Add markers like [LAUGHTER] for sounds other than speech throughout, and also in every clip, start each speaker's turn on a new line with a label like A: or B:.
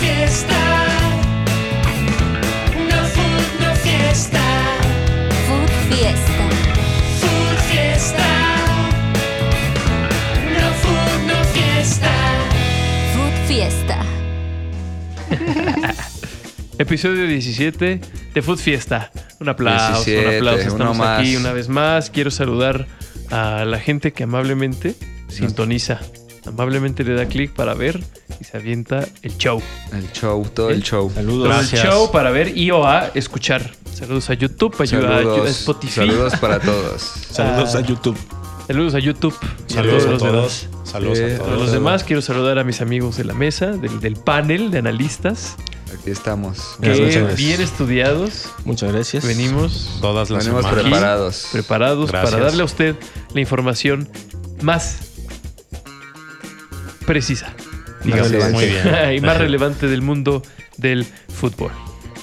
A: fiesta. No food, no fiesta.
B: Food Fiesta.
A: Food fiesta. No food, no fiesta.
B: Food Fiesta.
C: Episodio 17 de Food Fiesta. Un aplauso,
D: 17,
C: un aplauso.
D: uno
C: Estamos
D: más.
C: aquí una vez más. Quiero saludar a la gente que amablemente sintoniza. Amablemente le da clic para ver y se avienta el show.
D: El show, todo
C: ¿Eh?
D: el show.
E: Saludos.
C: Todo el
E: Gracias.
C: show para ver y o a escuchar. Saludos a YouTube, Pues ayuda a Spotify.
D: saludos
C: [LAUGHS]
D: para todos.
E: Saludos
C: Ah.
E: a YouTube.
C: Saludos a YouTube. y a
E: Saludos a
C: los demás.
E: todos. Saludos
D: Eh,
E: a
C: A los
E: todos.
C: demás quiero saludar a mis amigos de la mesa, del, del panel de analistas,
D: Aquí estamos.
E: Buenas
C: que
E: noches.
C: bien estudiados
E: Muchas gracias.
C: venimos
E: Todas las
D: Venimos
C: semana.
E: semanas.
D: preparados.
C: preparados
E: Gracias.
C: para darle a usted la información más precisa digamos,
D: relevante.
E: Muy bien.
C: [LAUGHS] y más relevante del mundo del fútbol.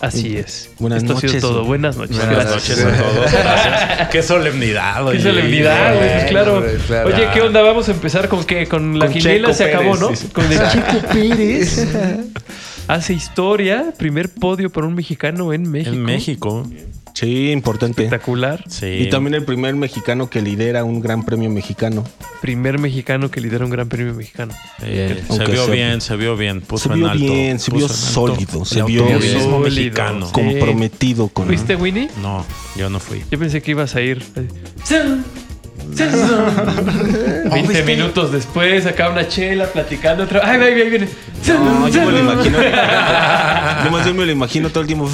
C: Así es.
E: Buenas
C: Esto ha
E: noches.
C: sido todo. Buenas noches.
D: Buenas
E: Buenas
C: Gracias.
E: noches
F: [LAUGHS]
E: a todos. Gracias. Qué solemnidad,
C: Qué
E: oye.
C: solemnidad, güey, pues, claro.
D: hombre, claro.
C: Oye, ¿qué onda? Vamos a empezar con que con la
E: Con
C: quiniela
E: Checo
C: se acabó,
E: Pérez,
C: ¿no?
E: sí, sí.
C: Con el Chico Pérez.
E: [LAUGHS]
C: Hace historia, primer podio para un mexicano en México.
E: En México.
F: Sí, importante.
C: Espectacular.
E: Este, Sí.
F: Y también el primer mexicano que lidera un gran premio mexicano.
C: Primer mexicano que lidera un gran premio mexicano.
E: Eh, se
F: Aunque
E: vio
F: sea-
E: bien, se vio bien.
F: Se
E: Puso en
F: vio
E: alto.
F: bien, se vio
E: puso en alto
F: sólido, se
E: el
F: vio
E: automovilismo
C: bien.
E: mexicano.
C: Sólido. Sí.
F: Comprometido con.
C: ¿Fuiste, Winnie?
E: No, yo no fui.
C: Yo pensé que ibas a ir.
F: [LAUGHS] pues
C: 20 minutos después, acá una chela platicando otra. ¡Ay, ahí viene!
F: No, yo
E: [LAUGHS]
F: me lo imagino. Nomás yo me lo imagino todo el tiempo.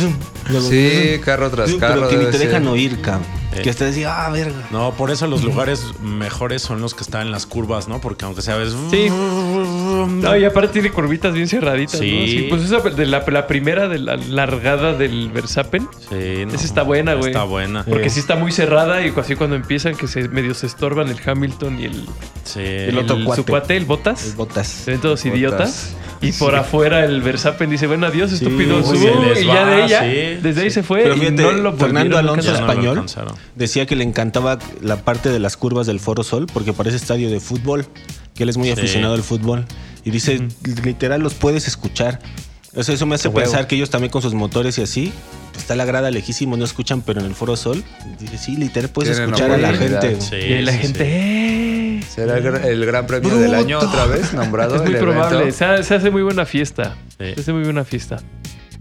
D: Sí, carro tras
F: Sí,
D: carro.
F: Pero que ni
D: debe
F: te
D: ser.
F: dejan oír, cabrón.
E: Eh.
F: Que estás así, ah, verga.
E: No, por eso los lugares mejores son los que están en las curvas, ¿no? Porque aunque sabes.
C: Sí. [LAUGHS] No, y aparte tiene curvitas bien cerraditas,
E: Sí.
C: ¿no? Pues esa de la, la primera de la largada del Versapen.
E: Sí, no.
C: Esa está buena, güey.
E: Está buena.
C: Porque sí está muy cerrada y así cuando empiezan que se medio se estorban el Hamilton y el,
E: Sí.
C: el
F: otro
C: su
F: cuate.
C: cuate, el Botas.
F: Es botas.
C: Se ven todos
D: Botas.
C: idiotas. Y por afuera el Versapen dice, bueno, adiós,
F: Sí,
C: estúpido.
F: se
E: les
C: y ya
E: va,
C: de ella,
E: sí,
C: desde ahí
E: sí.
C: se fue
F: Pero
C: y
F: fíjate,
C: no lo volvieron
F: Fernando
C: a
F: Alonso
E: Ya
C: alcanzar.
E: no lo
F: español
E: alcanzaron.
F: decía que le encantaba la parte de las curvas del Foro Sol porque parece estadio de fútbol, que él es muy
E: Sí.
F: aficionado al fútbol. Y dice, literal, los puedes escuchar. O sea, eso me hace pensar que ellos también con sus motores y así, pues, está la grada lejísimo, no escuchan, pero en el Foro Sol, dice, sí, literal, puedes
D: Tienen
F: escuchar a la
D: oportunidad.
F: gente.
E: Sí,
C: Y la
E: sí,
C: gente...
E: sí.
C: "Eh".
D: Será el, gr- el gran premio del año otra vez nombrado.
C: Es muy
D: el evento.
C: probable. Se, ha- se hace muy buena fiesta.
E: Sí.
C: Se hace muy buena fiesta.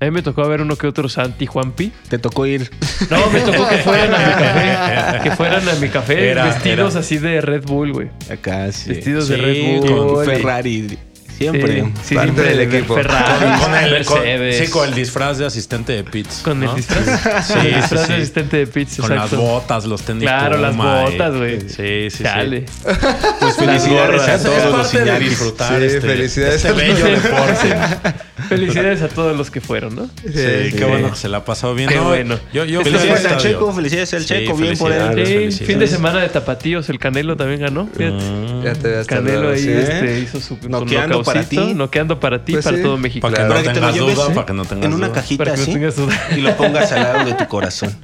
C: A mí me tocó ver uno que otro Santi Juanpi.
F: Te tocó ir.
C: No, me tocó
F: [LAUGHS]
C: que fueran a mi
E: [LAUGHS]
C: café. Que fueran a mi café
E: Era,
C: vestidos
E: era.
C: así de Red Bull, güey.
F: Acá, sí.
C: Vestidos de
E: Sí,
C: Red Bull.
F: Con
C: y-
F: Ferrari.
C: Sí,
F: Siempre.
C: sí,
D: Parte
C: siempre
D: del
C: de ver
D: equipo.
C: Ferrari,
E: Con el, con-
C: Ah, Mercedes.
E: sí, con el disfraz de asistente de Pitts.
C: Con el
E: ¿no?
C: disfraz. [LAUGHS]
E: Sí,
C: Con el
E: sí,
C: disfraz
E: sí.
C: de asistente de pizza.
E: Con las
C: exacto.
E: botas, los tenis.
C: Claro, las
E: Puma,
C: botas,
E: eh.
C: güey.
E: Sí, sí, sí.
C: Chale.
F: Pues felicidades
C: gorras.
F: a
E: Eso es
F: todos los
E: parte de
F: Iñakis.
E: disfrutar
D: Sí,
E: este,
D: felicidades
E: este
D: a los
E: bello
C: dos. [LAUGHS]
E: deporte.
C: Felicidades a todos los que fueron, ¿no?
E: Sí,
D: [LAUGHS] Sí,
E: qué bueno que se la ha pasado bien.
C: Qué
E: No,
C: bueno.
E: Yo, yo fui
F: Felicidades
E: al
F: al
E: estadio.
F: Checo, felicidades al
E: Sí,
F: Checo, bien por
E: felicidades.
F: él.
E: los
C: Sí,
E: felicidades.
C: fin de semana de tapatíos. El Canelo también ganó. Fíjate.
E: Mm.
D: Ya te había
C: Canelo ahí
D: sí.
C: este, hizo su su
F: Noqueando para
C: knockoutcito,
F: ti.
C: Noqueando para ti,
D: Pues
C: para
D: sí.
C: todo México.
E: Para que
F: Claro.
E: no
F: te lo
E: tengas
F: lleves,
E: duda,
F: ¿eh?
E: para que no tengas
F: En una
E: duda.
F: cajita
C: Para que no
F: así.
C: tengas duda.
F: Y lo pongas al lado de
C: [LAUGHS]
F: tu corazón.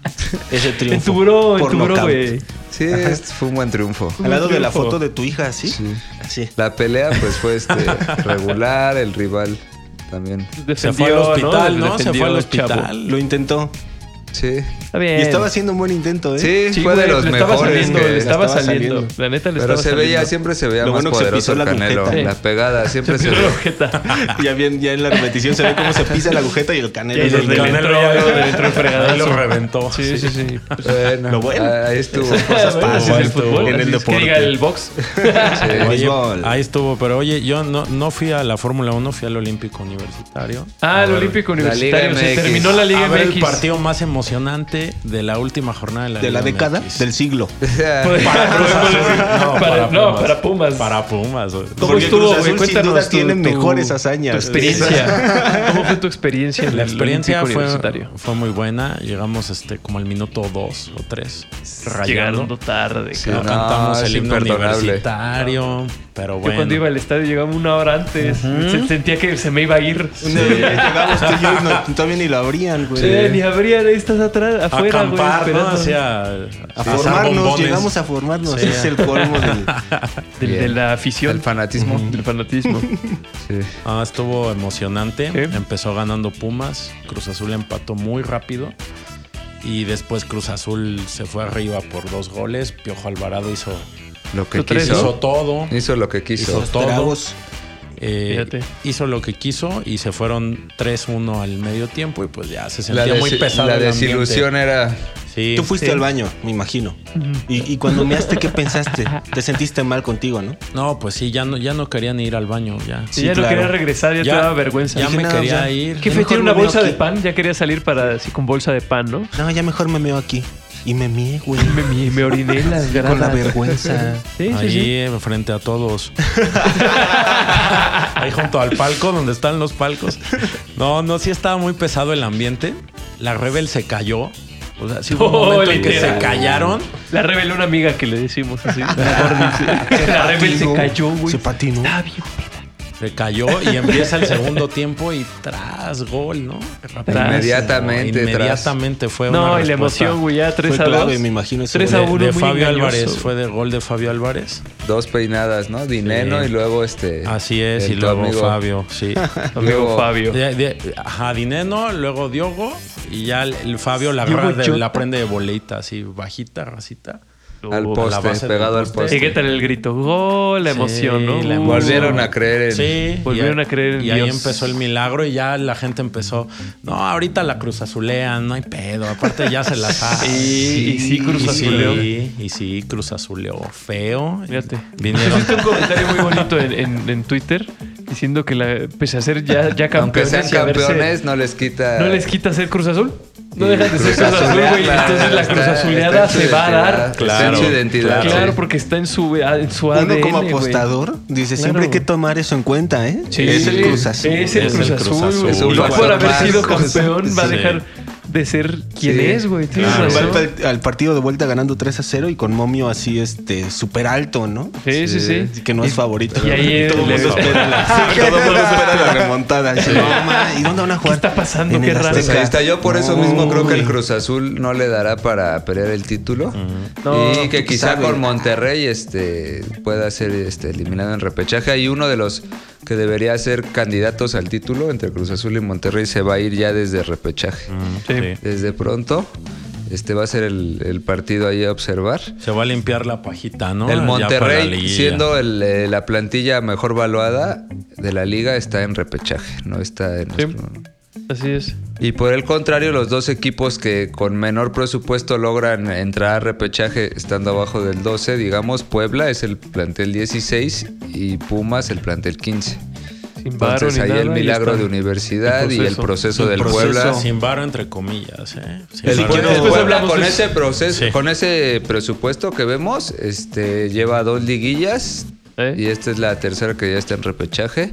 F: Ese triunfo.
C: En tu bro, en
F: por
C: tu bro,
F: nocaut.
C: güey.
D: Sí, es- fue un buen triunfo.
F: Al lado de la
C: Triunfo.
F: foto de tu hija, así.
D: Sí.
F: Así.
D: La pelea pues fue este
C: [LAUGHS]
D: regular, el rival también.
E: Se fue al hospital, ¿no? Se
C: Defendió
E: fue al
C: el
E: hospital.
F: Lo intentó.
D: Sí.
C: Está bien.
F: Y estaba haciendo un buen intento, ¿eh?
D: Sí,
C: Sí,
D: fue
C: güey,
D: de los
C: le estaba
D: mejores
C: saliendo, le
D: que
C: estaba,
F: estaba
C: saliendo.
F: saliendo.
C: La neta le
D: Pero
C: estaba
D: se
C: saliendo.
D: veía, siempre se veía
F: Lo
D: más
F: bueno que se
D: poderoso
F: pisó la
D: el Canelo.
F: agujeta.
D: La pegada, siempre se
C: Pero
D: vio.
C: [LAUGHS] jeta.
F: [LAUGHS] Ya, bien, ya en la repetición se ve cómo se pisa la agujeta y el canelo.
C: Y
E: El
C: desde
F: Lo-
C: dentro,
E: Canelo ya
C: desde
E: lo-
C: dentro el fregadazo.
E: ahí lo reventó.
C: Sí, sí, sí.
E: [LAUGHS]
D: Bueno,
F: Lo bueno.
D: ahí estuvo. pues,
C: Esas
F: pasan.
C: Así es el
E: estuvo
C: fútbol.
F: en el
C: así es que
F: deporte.
C: diga el box.
D: Sí.
E: Oye,
F: Béisbol.
E: ahí estuvo, pero oye, yo no, no fui a la Fórmula 1, fui al Olímpico Universitario.
C: Ah,
E: A
C: el
E: ver,
C: Olímpico
D: Liga
C: Universitario. Se
D: MX.
C: terminó la Liga
E: a ver el
C: MX.
E: partido más emocionante de la última jornada de la
F: De la
E: Liga
F: década,
E: MX.
F: del siglo.
C: Para Cruz Azul.
E: No,
C: Para- [LAUGHS] No,
E: para Pumas.
C: para Pumas.
E: Para Pumas. güey.
C: ¿Cómo
F: Porque
C: estuvo,
F: Cruz
C: güey?
F: Azul, sin
C: Cuéntanos
F: duda,
C: tu-
F: tiene
C: tu-
F: mejores hazañas.
C: Tu
F: [LAUGHS]
C: experiencia. [LAUGHS] ¿Cómo fue tu experiencia en
E: La
C: el
E: experiencia
C: Olímpico
E: fue,
C: Universitario?
E: fue muy buena. Llegamos este como al minuto 2 o 3.
C: Llegando
E: Rayando.
C: tarde.
D: Sí.
C: cabrón.
E: No
D: No,
E: cantamos
D: es
E: el himno
D: imperdonable.
E: universitario. Pero
C: Yo cuando iba
E: bueno.
C: al estadio llegaba una hora antes. Se- Sentía que se me iba a ir.
F: Llegamos tú y yo y no- todavía ni lo abrían, güey.
C: Eh, ni habría, ahí estás atrás, afuera, güey.
E: acampar, ¿no?
C: esperando.
E: Hacia,
F: A
E: pasar
F: formarnos,
E: bombones.
F: llegamos a formarnos.
E: Sí.
F: Ese es el colmo
C: Del-
F: del.
C: de,
D: Bien.
C: la afición.
D: El fanatismo.
C: del fanatismo.
D: Sí.
E: Ah, estuvo emocionante.
C: Sí.
E: Empezó ganando Pumas. Cruz Azul empató muy rápido. Y después Cruz Azul se fue arriba por dos goles. Piojo Alvarado hizo,
D: Lo que
C: Tú tres,
E: hizo
D: quiso.
E: todo.
D: Hizo lo que
E: Hizo
D: quiso.
E: todo.
F: tragos.
E: Eh,
C: Fíjate.
E: hizo lo que quiso y se fueron 3-1 al medio tiempo. Y pues ya se
D: La,
E: sentía muy
D: desi-
E: pesado.
D: la
E: el ambiente.
D: desilusión era.
E: Sí.
F: Tú fuiste
E: Sí.
F: al baño, me imagino. Y, y cuando measte,
C: [LAUGHS]
F: ¿qué pensaste? Te sentiste mal contigo, ¿no?
E: No, pues sí, ya no, ya no quería ni ir al baño. Ya.
C: Y ya no
F: claro.
C: quería regresar, ya, te daba vergüenza.
E: Ya
F: Dije,
E: me
F: no,
E: quería
F: ya.
E: ir.
C: ¿Qué
F: Ya
C: fe
F: mejor
C: tiene una
F: me veo
C: bolsa de
F: aquí.
C: pan? Ya quería salir para así con bolsa de pan, ¿no?
F: No, ya mejor me meo aquí. Y me mié, güey.
C: Me, me, me oriné en las gradas.
F: Con la vergüenza.
C: [LAUGHS] Sí, sí,
E: Ahí
C: sí.
E: eh, frente
F: [LAUGHS]
E: a todos. Ahí junto al palco, donde están los palcos. No, no, sí estaba muy pesado el ambiente. La Rebel se cayó. O sea, sí hubo un
C: Oh,
E: momento en que se
C: literal.
E: callaron.
C: La reveló una amiga que le decimos así. La, Gordi, sí. La rebel se
F: patinó,
C: cayó, güey.
F: Se patinó.
C: Está bien.
E: Se cayó y empieza el segundo tiempo y tras gol, ¿no? Rapidísimo.
D: Inmediatamente, tras.
E: Inmediatamente fue una
C: No, y la
E: respuesta
C: emoción, güey, ya 3
F: Fue
C: a 2.
F: clave, me imagino. ese
C: Tres
F: gol.
C: a
E: De,
C: uno
E: de
C: muy
E: Fabio
C: engañoso.
E: Álvarez, fue de gol de Fabio Álvarez.
D: Dos peinadas, ¿no? Dinero
E: Sí.
D: y luego este.
E: Así es,
D: el
E: y
D: tu
E: luego
D: amigo.
E: Fabio,
D: [LAUGHS]
E: sí.
C: Amigo
D: Luego-
C: Fabio.
E: De- de- ajá, Dineno, luego Diogo y ya el, el Fabio la
C: Diogo
E: agarra de-
C: Jota.
E: la prende de boleita, así bajita, racita.
D: Al
C: Oh,
E: la
D: poste,
E: base del
D: pegado al
E: poste.
C: ¿Y
D: poste.
C: qué tal el grito? Gol, la emoción,
E: Sí,
C: ¿no?
E: la
C: Uh,
E: emoción.
D: Volvieron a creer en.
E: Sí,
C: Volvieron
E: y-
C: a creer en
E: Y ahí
C: Dios.
E: empezó el milagro y ya la gente empezó. No, ahorita la Cruz Azulean, no hay pedo. Aparte ya
C: [LAUGHS]
E: se la sabe.
C: Sí, y sí, Cruz
E: Y
C: Azuleó.
E: sí, y sí, Cruz Azuleó feo.
C: Fíjate. [LAUGHS]
E: Vinieron.
C: Pusiste un comentario muy bonito en, en- en Twitter diciendo que la, pese a ser ya, ya
D: Aunque
C: campeones,
D: sean
C: y haberse-
D: campeones, eh. no les quita.
C: no les quita ser Cruz Azul. No
D: Sí,
C: dejan de ser
D: Cruz
C: Cruz Azul,
D: Azuleada,
C: güey. Entonces la
D: está-
C: Cruz
D: está en
C: Azuleada
D: su
C: se va a dar.
D: identidad, está en su
E: Claro,
D: identidad.
E: claro.
C: Claro, porque está en su, en su ADN.
F: Uno como
C: güey.
F: apostador dice,
C: Claro.
F: siempre hay que tomar eso en cuenta, ¿eh?
C: Sí,
F: es el Cruz Azul.
C: Es el
E: Es
C: Cruz
E: el Cruz
C: Azul, güey.
E: Azul.
C: No por haber
D: Más
C: sido
D: Cruz Azul.
C: campeón va a
E: Sí.
C: dejar de ser quien
D: Sí.
C: es, güey. Tienes
E: Claro.
C: razón.
F: Ah, Va al, al partido de vuelta ganando 3 a 0 y con momio así, este, súper alto, ¿no?
C: Sí, sí, sí.
F: Así Que no es favorito.
C: Y ahí
F: todo el mundo
C: le-
F: espera la,
C: [LAUGHS]
F: todo el mundo espera la remontada. Dice, "No, ma, ¿Y dónde van a jugar?
C: está pasando?
F: En
C: Qué
F: el
C: raro.
F: Azteca".
D: Pues ahí está. Yo por eso mismo
F: No,
D: creo que el
F: güey.
D: Cruz Azul no le dará para pelear el título.
C: No,
D: y que quizá
F: sabe.
D: con Monterrey este, pueda ser este, eliminado en repechaje. Y uno de los que debería ser candidatos al título entre Cruz Azul y Monterrey se va a ir ya desde repechaje.
C: Mm. Sí.
D: Desde pronto. Este va a ser el, el partido ahí a observar.
E: Se va a limpiar la pajita, ¿no? Ya
D: el
E: para la
D: Monterrey,
E: liguilla.
D: siendo el, eh, la plantilla mejor valuada de la liga, está en repechaje, no está en...
C: Sí.
D: nuestro-
C: Así es.
D: y por el contrario, los dos equipos que con menor presupuesto logran entrar a repechaje estando abajo del 12, digamos, Puebla es el plantel 16 y Pumas el plantel 15.
C: Sin varo
D: Entonces
C: ni
D: ahí
C: nada,
D: el
C: ahí
D: milagro
C: están.
D: de universidad y el proceso
E: El
D: del
E: proceso
D: Puebla.
E: Sin varo, entre comillas, ¿eh? Sin
D: El
C: quieres,
E: varo.
D: Puebla,
C: después
D: Puebla
C: hablamos
D: con
C: de
D: ese
C: eso.
D: proceso,
E: Sí.
D: con ese presupuesto que vemos, este lleva dos liguillas
C: ¿Eh?
D: y esta es la tercera que ya está en repechaje.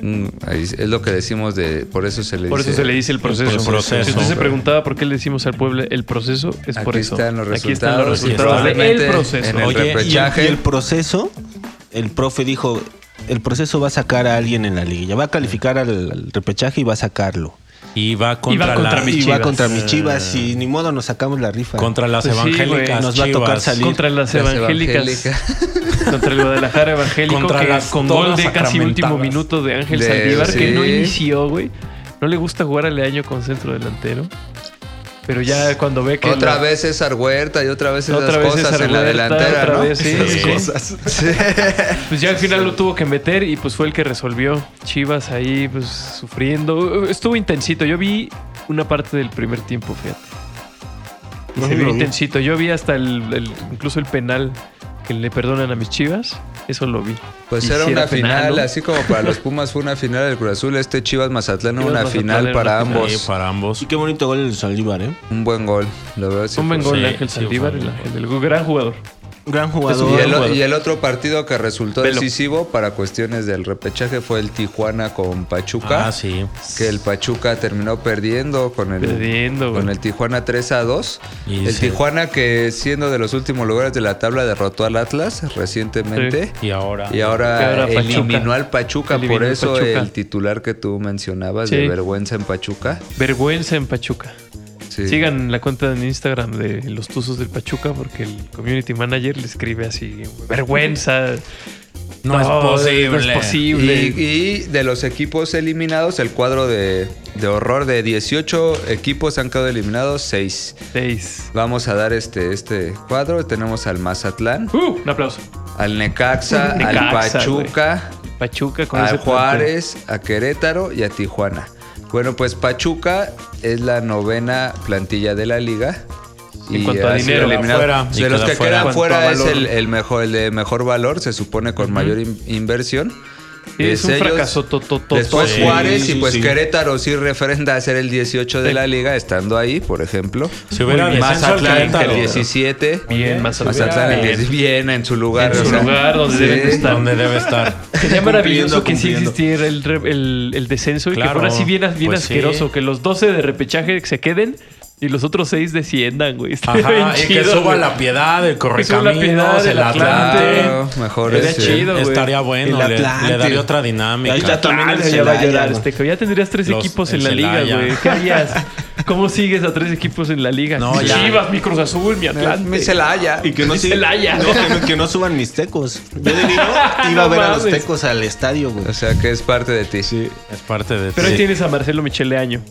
D: Mm, ahí es es lo que decimos de por eso se le
C: Por
D: dice
C: eso se le dice el proceso.
E: El proceso.
C: Si usted se preguntaba por qué le decimos al pueblo el proceso, es por
D: Aquí
C: eso.
D: están los
C: Aquí están los
D: resultados.
C: resultados del
D: Probablemente
C: proceso.
D: en el
E: Oye, y el-
D: repechaje.
F: Y el proceso, el profe dijo, el proceso va a sacar a alguien en la liguilla, va a calificar al, al repechaje y va a sacarlo.
E: Y va contra,
C: contra
E: la-
C: mis
F: y
C: chivas.
F: va contra mis chivas y ni modo nos sacamos la rifa.
E: Eh. Contra las
C: Pues sí,
E: evangélicas.
C: güey,
F: nos va a tocar
E: Chivas.
F: salir.
C: Contra las
D: Las
C: evangélicas. Contra el Guadalajara evangélico.
E: Contra
C: que
E: las
C: con gol
E: todas
C: de casi último
E: sacramentadas.
C: minuto de Ángel
D: De-
C: Saldívar, que
D: sí.
C: no inició, güey. No le gusta jugar al año con centro delantero. Pero ya cuando ve que.
D: [LAUGHS] Otra
C: la-
D: vez César Huerta y otra vez
C: Otra
D: esas
C: vez
D: cosas
C: César
D: en la
C: Huerta,
D: delantera,
C: otra
D: ¿no?
C: vez, sí,
D: Esas
E: sí.
D: cosas.
C: Pues ya al final lo tuvo que meter y pues fue el que resolvió. Chivas ahí, pues sufriendo. Estuvo intensito. Yo vi una parte del primer tiempo, fíjate. Y
F: No,
C: se
F: no
C: vio
F: lo vi.
C: intensito. Yo vi hasta el, el- incluso el penal que le perdonan a mis Chivas. Eso lo vi.
D: Pues
C: Y
D: era
C: sí
D: una
C: penal,
D: final,
C: ¿no?
D: así como para los Pumas fue una final del Cruz Azul, este Chivas Mazatlán
C: Chivas
D: una
C: Mazatlán
D: final
C: era
D: para
C: una final.
D: ambos.
E: Sí, para ambos.
F: Y qué bonito gol el Saldívar, ¿eh.
D: Un buen gol, lo veo así.
C: Un buen gol de
E: sí,
C: Ángel
E: sí,
C: Saldívar,
E: fue
C: el
E: un buen
C: Ángel del Gol. gran jugador.
F: Gran
D: Y
F: jugador.
D: el, y el otro partido que resultó
C: Velo.
D: decisivo para cuestiones del repechaje fue el Tijuana con Pachuca,
E: Ah, sí.
D: que el Pachuca terminó perdiendo con el
C: Perdiendo, güey.
D: con el Tijuana 3 a 2.
E: Y
D: el
E: se-
D: Tijuana que siendo de los últimos lugares de la tabla derrotó al Atlas recientemente.
E: Y ahora.
D: Y
C: Y
D: ahora
C: ahora Pachuca.
D: eliminó al Pachuca,
C: Eliminó
D: por
C: al
D: eso
C: Pachuca.
D: el titular que tú mencionabas
C: Sí.
D: de vergüenza en Pachuca.
C: Vergüenza en Pachuca.
D: Sí.
C: Sigan la cuenta en Instagram de los Tuzos del Pachuca porque el community manager le escribe así, vergüenza.
E: [LAUGHS] No es posible".
C: No es posible.
D: Y, y de los equipos eliminados, el cuadro de, de horror de 18 equipos han quedado eliminados, 6.
C: Seis.
D: Vamos a dar este, este cuadro. Tenemos al Mazatlán,
C: Uh, un aplauso.
D: al Necaxa,
C: [LAUGHS]
D: al
C: Necaxa,
D: Pachuca,
C: Pachuca con
D: a
C: ese
D: Juárez, a Querétaro y a Tijuana. Bueno, pues Pachuca es la novena plantilla de la liga.
C: En cuanto a
D: ha sido
C: dinero,
D: eliminado.
E: afuera. Y
D: de los
E: queda
D: que
E: fuera.
D: quedan
C: En cuanto a
D: fuera es
C: valor.
D: el, el mejor, el de mejor valor, se supone con mayor in- inversión.
C: Sí, es un
D: pues ellos.
C: fracaso totototote.
D: Después
E: Sí,
D: Juárez
F: sí,
D: y pues
F: sí.
D: Querétaro sí refrenda a ser el 18 de
C: Sí.
D: la liga, estando ahí, por ejemplo.
E: Si hubiera
C: Muy bien.
E: descenso al
D: Mazatlán el
E: Querétaro.
D: 17.
C: Bien,
D: Mazatlán el
C: Mazatlán.
D: 17. Bien, en su lugar.
C: En
D: o
C: su
D: sea,
C: lugar donde
D: sí.
C: deben de estar.
E: Donde
D: [LAUGHS]
E: debe estar.
C: Sería maravilloso que sí
F: cumpliendo.
C: existiera el, re- el- el descenso y que
E: Claro,
C: fuera así bien, bien
E: pues sí.
C: asqueroso, que los 12 de repechaje se queden y los otros 6 desciendan, güey. Estaría bien
E: Ajá, y que
C: chido,
E: suba
C: güey.
E: la piedad, el
C: suba la Piedad,
E: correcaminos, el
C: el Atlante.
E: Atlante.
D: Claro, mejor este,
C: Sería
D: ese.
C: chido, güey.
E: Estaría bueno,
F: El
E: le,
F: Atlante.
E: le daría otra dinámica.
F: Ahí está también el
C: Claro, Ah, ya va a
F: Celaya,
C: llorar
F: güey.
C: este cabrón. Ya tendrías tres
E: Los-
C: equipos
E: el
C: en la
E: Celaya.
C: liga, güey. ¿Qué harías? ¿Cómo sigues a tres equipos en la liga?
E: No,
C: Mis
E: ya.
C: Chivas, mi Cruz Azul, mi Atlante.
D: Eh, Mi Celaya.
F: Y que no, se-
C: Celaya.
F: no, que, no, que no suban mis tecos.
C: [LAUGHS]
F: Yo de niño iba a
C: No
F: ver a los
C: mames.
F: tecos al estadio, güey.
D: O sea que es parte de ti.
E: Es parte de
C: Pero ahí
E: ti.
C: tienes a Marcelo Michele Año.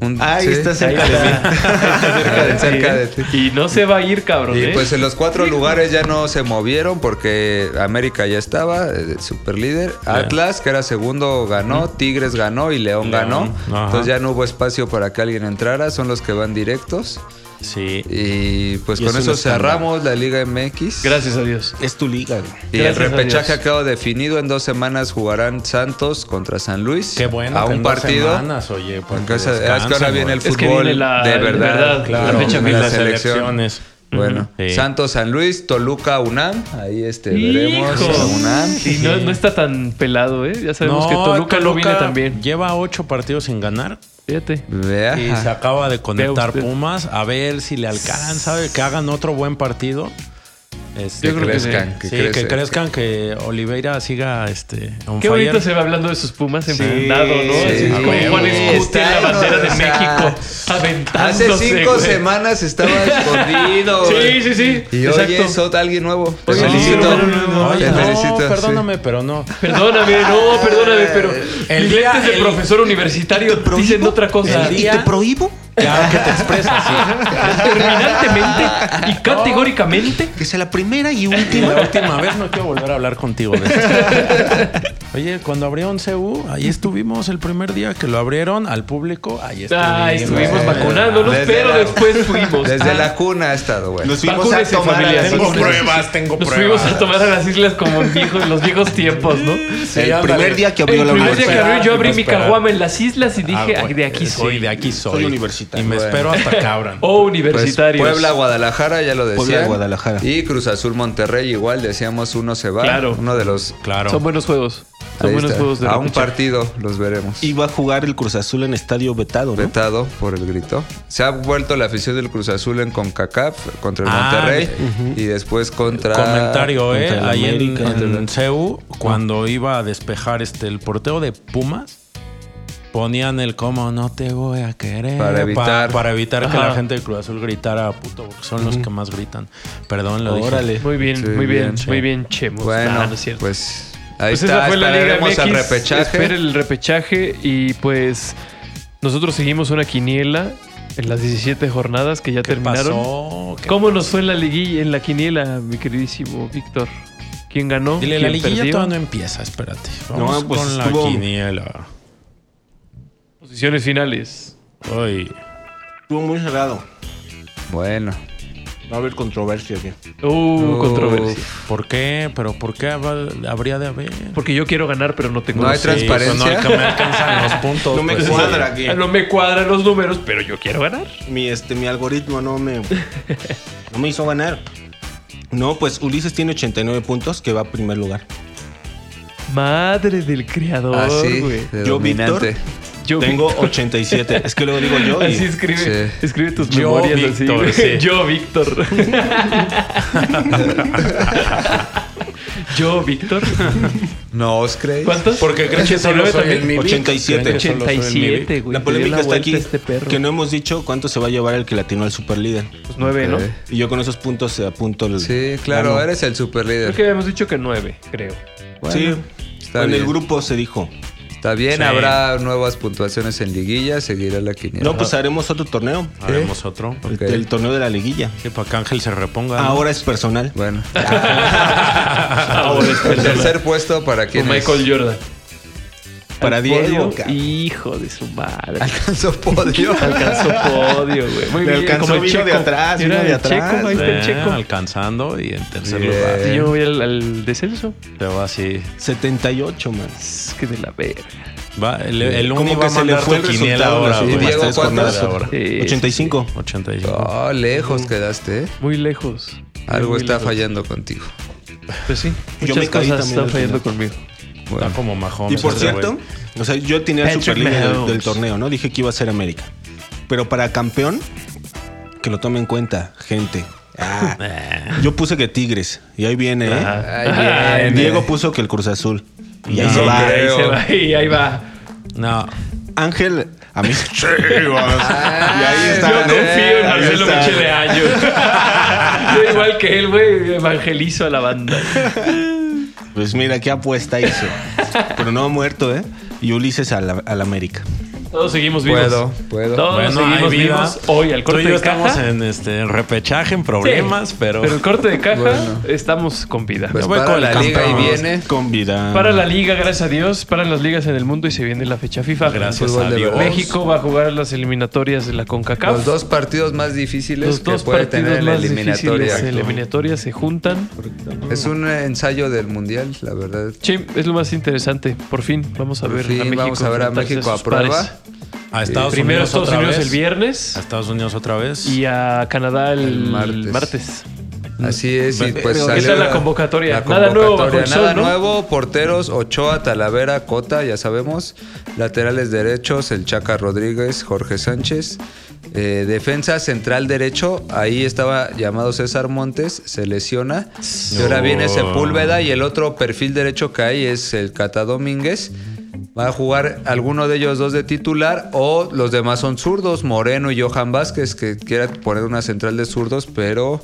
D: Un-
F: Ahí
D: sí.
F: está
C: Ahí
F: cerca de mí.
C: está.
D: [LAUGHS] cerca de- [LAUGHS] cerca de ti.
C: ¿eh? Y no se va a ir, cabrón.
D: Y
C: ¿eh?
D: pues en los cuatro lugares ya no se movieron porque América ya estaba, super líder. Atlas, que era segundo, ganó. Tigres ganó y León, ganó.
E: León, ajá.
D: Entonces ya no hubo espacio para que alguien entrara. Son los que van directos.
E: Sí.
D: Y pues
F: Y
D: con
F: es un
D: eso
F: escándalo.
D: cerramos la Liga MX.
C: Gracias a Dios.
F: [LAUGHS] Es tu liga, güey.
D: Y
C: Gracias
D: el
C: a
D: repechaje
C: Dios.
D: ha quedado definido. En dos semanas jugarán Santos contra San Luis.
E: Qué bueno.
D: A
E: que en
D: un
E: dos
D: partido.
E: Semanas, oye, porque
D: Porque esa- es que
E: descansan,
D: ahora viene el
E: güey.
C: Es que
D: fútbol
C: viene la-
D: de
C: de
D: verdad.
C: verdad,
E: Claro,
C: la fecha
E: de
C: FIFA.
E: las elecciones.
D: Bueno,
E: Sí.
D: Santos San Luis, Toluca UNAM. Ahí este, veremos
C: Hijo.
D: a UNAM.
C: Y no, no está tan pelado, ¿eh? Ya sabemos que Toluca, no viene tan bien.
E: Lleva ocho partidos sin ganar
C: Fíjate.
D: Vea.
E: y se acaba de conectar
C: usted.
E: Pumas. A ver si le alcanza, que hagan otro buen partido. Este,
C: Yo creo que sí.
D: crezcan,
E: sí,
D: que crezcan.
E: que crezcan, que Oliveira siga este, on
C: Qué
E: fire.
C: bonito se va hablando de sus pumas enfundado, ¿no?
F: sí,
C: Así
E: a
C: como
E: huevo.
C: Juan Escuti en
D: Está
C: la bandera de
D: o sea,
C: México aventándose.
D: Hace cinco
C: güey. [LAUGHS]
D: semanas estaba escondido.
C: Sí, sí, sí.
D: Y hoy
C: Exacto.
D: es ot- alguien nuevo. Te
C: Oye,
D: felicito.
C: no, no, no, no,
E: Oye,
D: Te
E: no,
D: felicito. sí.
E: perdóname, pero no.
C: Perdóname, no, perdóname, pero
E: El
C: el
E: día-
C: lentes de
E: el-
C: profesor universitario dicen otra cosa.
E: el
F: ¿Y
E: día-
F: te prohíbo?
E: Ya que te expresas,
C: [LAUGHS]
E: sí.
C: Determinantemente y categóricamente.
F: Que sea la primera y
E: Y
F: última.
E: [LAUGHS] la última vez no quiero volver a hablar contigo de eso.
C: [LAUGHS]
E: Oye, cuando abrieron CU, ahí estuvimos el primer día que lo abrieron al público. Ahí estuvimos.
C: Ah, estuvimos
D: Desde-
C: vacunándonos,
D: desde
C: pero
D: la-
C: después fuimos.
D: Desde
C: Ah,
D: la cuna ha estado, güey.
F: Nos fuimos a
C: Vacúnense,
F: tomar a
C: familia.
F: las
C: Tengo
F: islas.
E: pruebas, tengo
C: Nos fuimos a tomar a las islas como en viejos, los viejos tiempos, ¿no?
E: Sí,
F: El
E: ándale.
F: primer día que
C: El
F: abrió la
C: primer día que
F: universidad.
C: abrió, yo abrí
E: Iba a
C: mi
E: esperar.
C: caguama en las islas y dije,
E: Ah, güey,
C: "Ah, de aquí
E: sí,
C: soy. Oh,
E: de aquí soy.
F: Soy universitario.
E: Y me
D: Bueno.
E: espero
C: [LAUGHS]
E: hasta cabran.
C: O
D: Pues,
C: universitarios.
D: Puebla, Guadalajara, ya lo decía.
F: Puebla, Guadalajara.
D: Y Cruz Azul, Monterrey, igual decíamos uno se va.
C: Claro.
D: Uno de los.
E: Claro.
C: Son buenos juegos. Son
D: Ahí
C: buenos
D: está.
C: juegos de
D: A un
C: repechaje.
D: partido los veremos.
F: Iba a jugar el Cruz Azul en estadio vetado, ¿no?
D: Vetado por el grito. Se ha vuelto la afición del Cruz Azul en CONCACAF contra el
E: Ah,
D: Monterrey y después contra.
E: Comentario, eh.
F: contra el
E: Ahí en,
F: América.
E: en CEU, cuando iba a despejar este, el porteo de Pumas, ponían el como no te voy a querer.
D: Para
E: pa-
D: evitar.
E: para evitar que
C: Ajá.
E: la gente de Cruz Azul gritara puto, porque son los que más gritan. Perdón, lo dije.
F: Órale.
C: Muy bien,
D: Sí,
C: muy bien,
D: bien.
C: muy bien, Chemo.
D: Bueno,
C: Ah, no es cierto.
D: pues ahí
C: Pues
D: está.
C: esa fue la Liga
D: Esperaremos
C: MX.
D: al repechaje.
C: Espera el repechaje y pues nosotros seguimos una quiniela en las 17 jornadas que ya
E: ¿Qué
C: terminaron.
E: pasó? ¿Qué-
C: ¿Cómo nos fue en la liguilla, en la quiniela, mi queridísimo Víctor? ¿Quién ganó?
E: Dile,
C: ¿Quién
E: la liguilla
C: perdió?
E: todavía no empieza, espérate. Vamos
F: pues,
E: con la
F: estuvo-
E: quiniela.
C: Posiciones finales.
E: Uy.
F: Estuvo muy cerrado.
D: Bueno,
F: Va a haber controversia aquí.
C: Uh, controversia.
E: ¿Por qué? ¿Pero por qué hab- habría de haber?
C: Porque yo quiero ganar, pero no tengo
D: No hay
C: los-
D: trans- transparencia.
E: pues No, que me alcanzan los puntos.
F: No me
E: pues,
F: cuadra
E: sí.
F: aquí.
C: Ah, No me cuadran los números, pero yo quiero ganar.
F: Mi, este, mi algoritmo
C: [LAUGHS]
F: no me, no me hizo ganar. No, pues Ulises tiene 89 puntos, que va a primer lugar.
C: Madre del
F: Ah,
C: creador,
D: así.
C: güey.
D: de
F: Yo,
D: dominante.
F: Víctor,
C: Yo
F: Tengo 87. es que luego digo yo. y-
C: [LAUGHS] Así escribe,
D: Sí.
C: escribe tus
E: Yo,
C: memorias así.
E: Víctor,
C: güey.
E: sí.
C: Yo, Víctor. Yo, Víctor.
D: ¿No os creéis?
C: ¿Cuántos?
E: Porque creen que solo
C: 89
E: soy el
C: también.
E: Mibi.
F: 87.
E: Creen que solo soy el
C: 87, güey.
F: La
C: Te dio
F: polémica está
C: vuelta
F: aquí,
C: Este perro.
F: que no hemos dicho cuánto se va a llevar el que latinó al superlíder.
C: Pues nueve, ¿no?
D: Ok.
F: Y yo con esos puntos eh, apunto el... Ah,
D: Sí, claro,
F: Gano.
D: eres el super
C: Creo
D: líder.
C: que habíamos dicho que nueve, creo.
F: Sí,
D: está
F: en el
D: bien.
F: grupo se dijo.
D: Está bien,
E: Sí.
D: habrá nuevas puntuaciones en liguilla, seguirá la quiniela.
F: No, pues haremos otro torneo.
E: Haremos otro.
F: El-
D: Ok.
F: El, torneo de la liguilla.
E: Sí, para que Ángel se reponga. ¿no?
F: Ahora es personal.
C: [LAUGHS]
D: Bueno.
C: Ahora es
D: ah, El
C: personal.
D: tercer puesto para
C: Ah, Con
D: quien
C: Michael Jordan.
F: Para
C: Al
F: Diego.
C: podio,
F: cabrón.
C: Hijo de su madre.
D: alcanzó podio.
C: Alcanzó podio, güey. Muy
F: Le
C: bien.
F: alcanzó,
C: como el
F: vino de
C: Checo.
F: atrás,
C: Mira,
F: vino de
C: el Checo,
F: atrás. Ah,
C: ahí está el
E: Eh,
C: Checo.
E: Alcanzando y en tercer
D: Bien.
E: lugar.
C: Y yo voy al, al descenso.
E: Te va así.
F: 78, man.
C: Es que de la verga.
E: Va, el, el
F: Como
E: Uni
F: que
E: va a
F: se le
E: mandar
F: fue
E: tu
F: el
E: quiniela
F: resultado en
E: ahora,
F: las
D: ¿Y
E: güey.
F: últimas
D: Diego
F: tres jornadas
D: cuántos?
E: ahora.
C: Sí,
F: 85.
E: 85.
D: Oh, lejos quedaste. ¿eh?
C: Muy lejos.
D: Algo
C: Muy
D: está
C: lejos.
D: fallando contigo.
C: Pues sí.
F: Yo
C: Muchas
F: me caí
C: cosas
F: también
C: están
F: al
C: fallando
F: final.
C: conmigo.
E: Está
D: Bueno,
E: como majón.
F: Y por cierto, o sea, yo tenía el
C: Patrick
F: superlíder del,
C: Mahomes.
F: del torneo, ¿no? Dije que iba a ser América. Pero para campeón, que lo tome en cuenta, gente.
E: [LAUGHS]
F: Ah,
E: Eh.
F: yo puse que Tigres. Y ahí viene, ¿eh?
C: Ah, [LAUGHS]
D: Ahí viene.
F: Diego puso que el Cruz Azul. Y Ah, ahí
E: No
F: se va.
C: Ahí
D: creo.
C: se va, y ahí va.
E: No.
F: Ángel,
D: [LAUGHS]
F: a mí.
D: Ah,
F: Y ahí está. ¿eh?
C: Yo confío en
F: Ahí
C: Marcelo
F: está.
C: Michele Año.
F: [LAUGHS]
C: Yo igual que él, güey, evangelizo a la banda.
F: Pues mira, qué apuesta hizo. Pero no ha muerto, ¿eh? Y Ulises al al América.
C: Todos seguimos vivos.
D: Puedo, puedo.
C: Todos seguimos
E: hay vida.
C: vivos hoy al
E: Tú
C: corte
E: y yo
C: de caja.
E: estamos en este en repechaje, en problemas,
C: Sí,
E: pero.
C: el corte de caja
D: Bueno.
C: estamos con vida.
D: Pues
E: Yo voy
D: para
E: con
D: la
E: el
D: liga y
E: campeón.
D: viene.
F: Con vida.
C: Para la liga, gracias a Dios, para las ligas en el mundo y se viene la fecha FIFA.
E: [LAUGHS] Gracias
D: Fútbol
E: a
D: de
E: Dios.
D: verdad.
C: México va a jugar las eliminatorias de la CONCACAF.
D: Los dos partidos más difíciles
C: Los dos
D: que puede
C: partidos
D: tener la
C: más difíciles
D: eliminatoria.
C: de eliminatoria se juntan.
D: Es un eh, ensayo del mundial, la verdad.
C: Che, es lo más interesante. Por fin vamos a
D: Por
C: ver
D: fin
C: a México.
D: vamos a ver a
C: enfrentarse
D: México a
C: sus
D: prueba.
C: pares.
E: A Estados
C: Primero
E: Unidos
C: Estados
E: otra
C: Unidos
E: vez.
C: el viernes
E: A Estados Unidos otra vez.
C: y a Canadá el,
D: El martes.
C: martes.
D: Así es, y
E: Pero,
D: pues
E: ¿qué
D: salió
C: tal la convocatoria? Nada nuevo bajo el
D: convocatoria, Nada
C: sol, ¿no?
D: nuevo, porteros, Ochoa, Talavera, Cota, ya sabemos. Laterales derechos, el Chaca Rodríguez, Jorge Sánchez. Eh, defensa central derecho, ahí estaba llamado César Montes, se lesiona. Y ahora
E: No.
D: viene Sepúlveda y el otro perfil derecho que hay es el Cata Domínguez. Va a jugar alguno de ellos dos de titular o los demás son zurdos, Moreno y Johan Vázquez, que quiera poner una central de zurdos, pero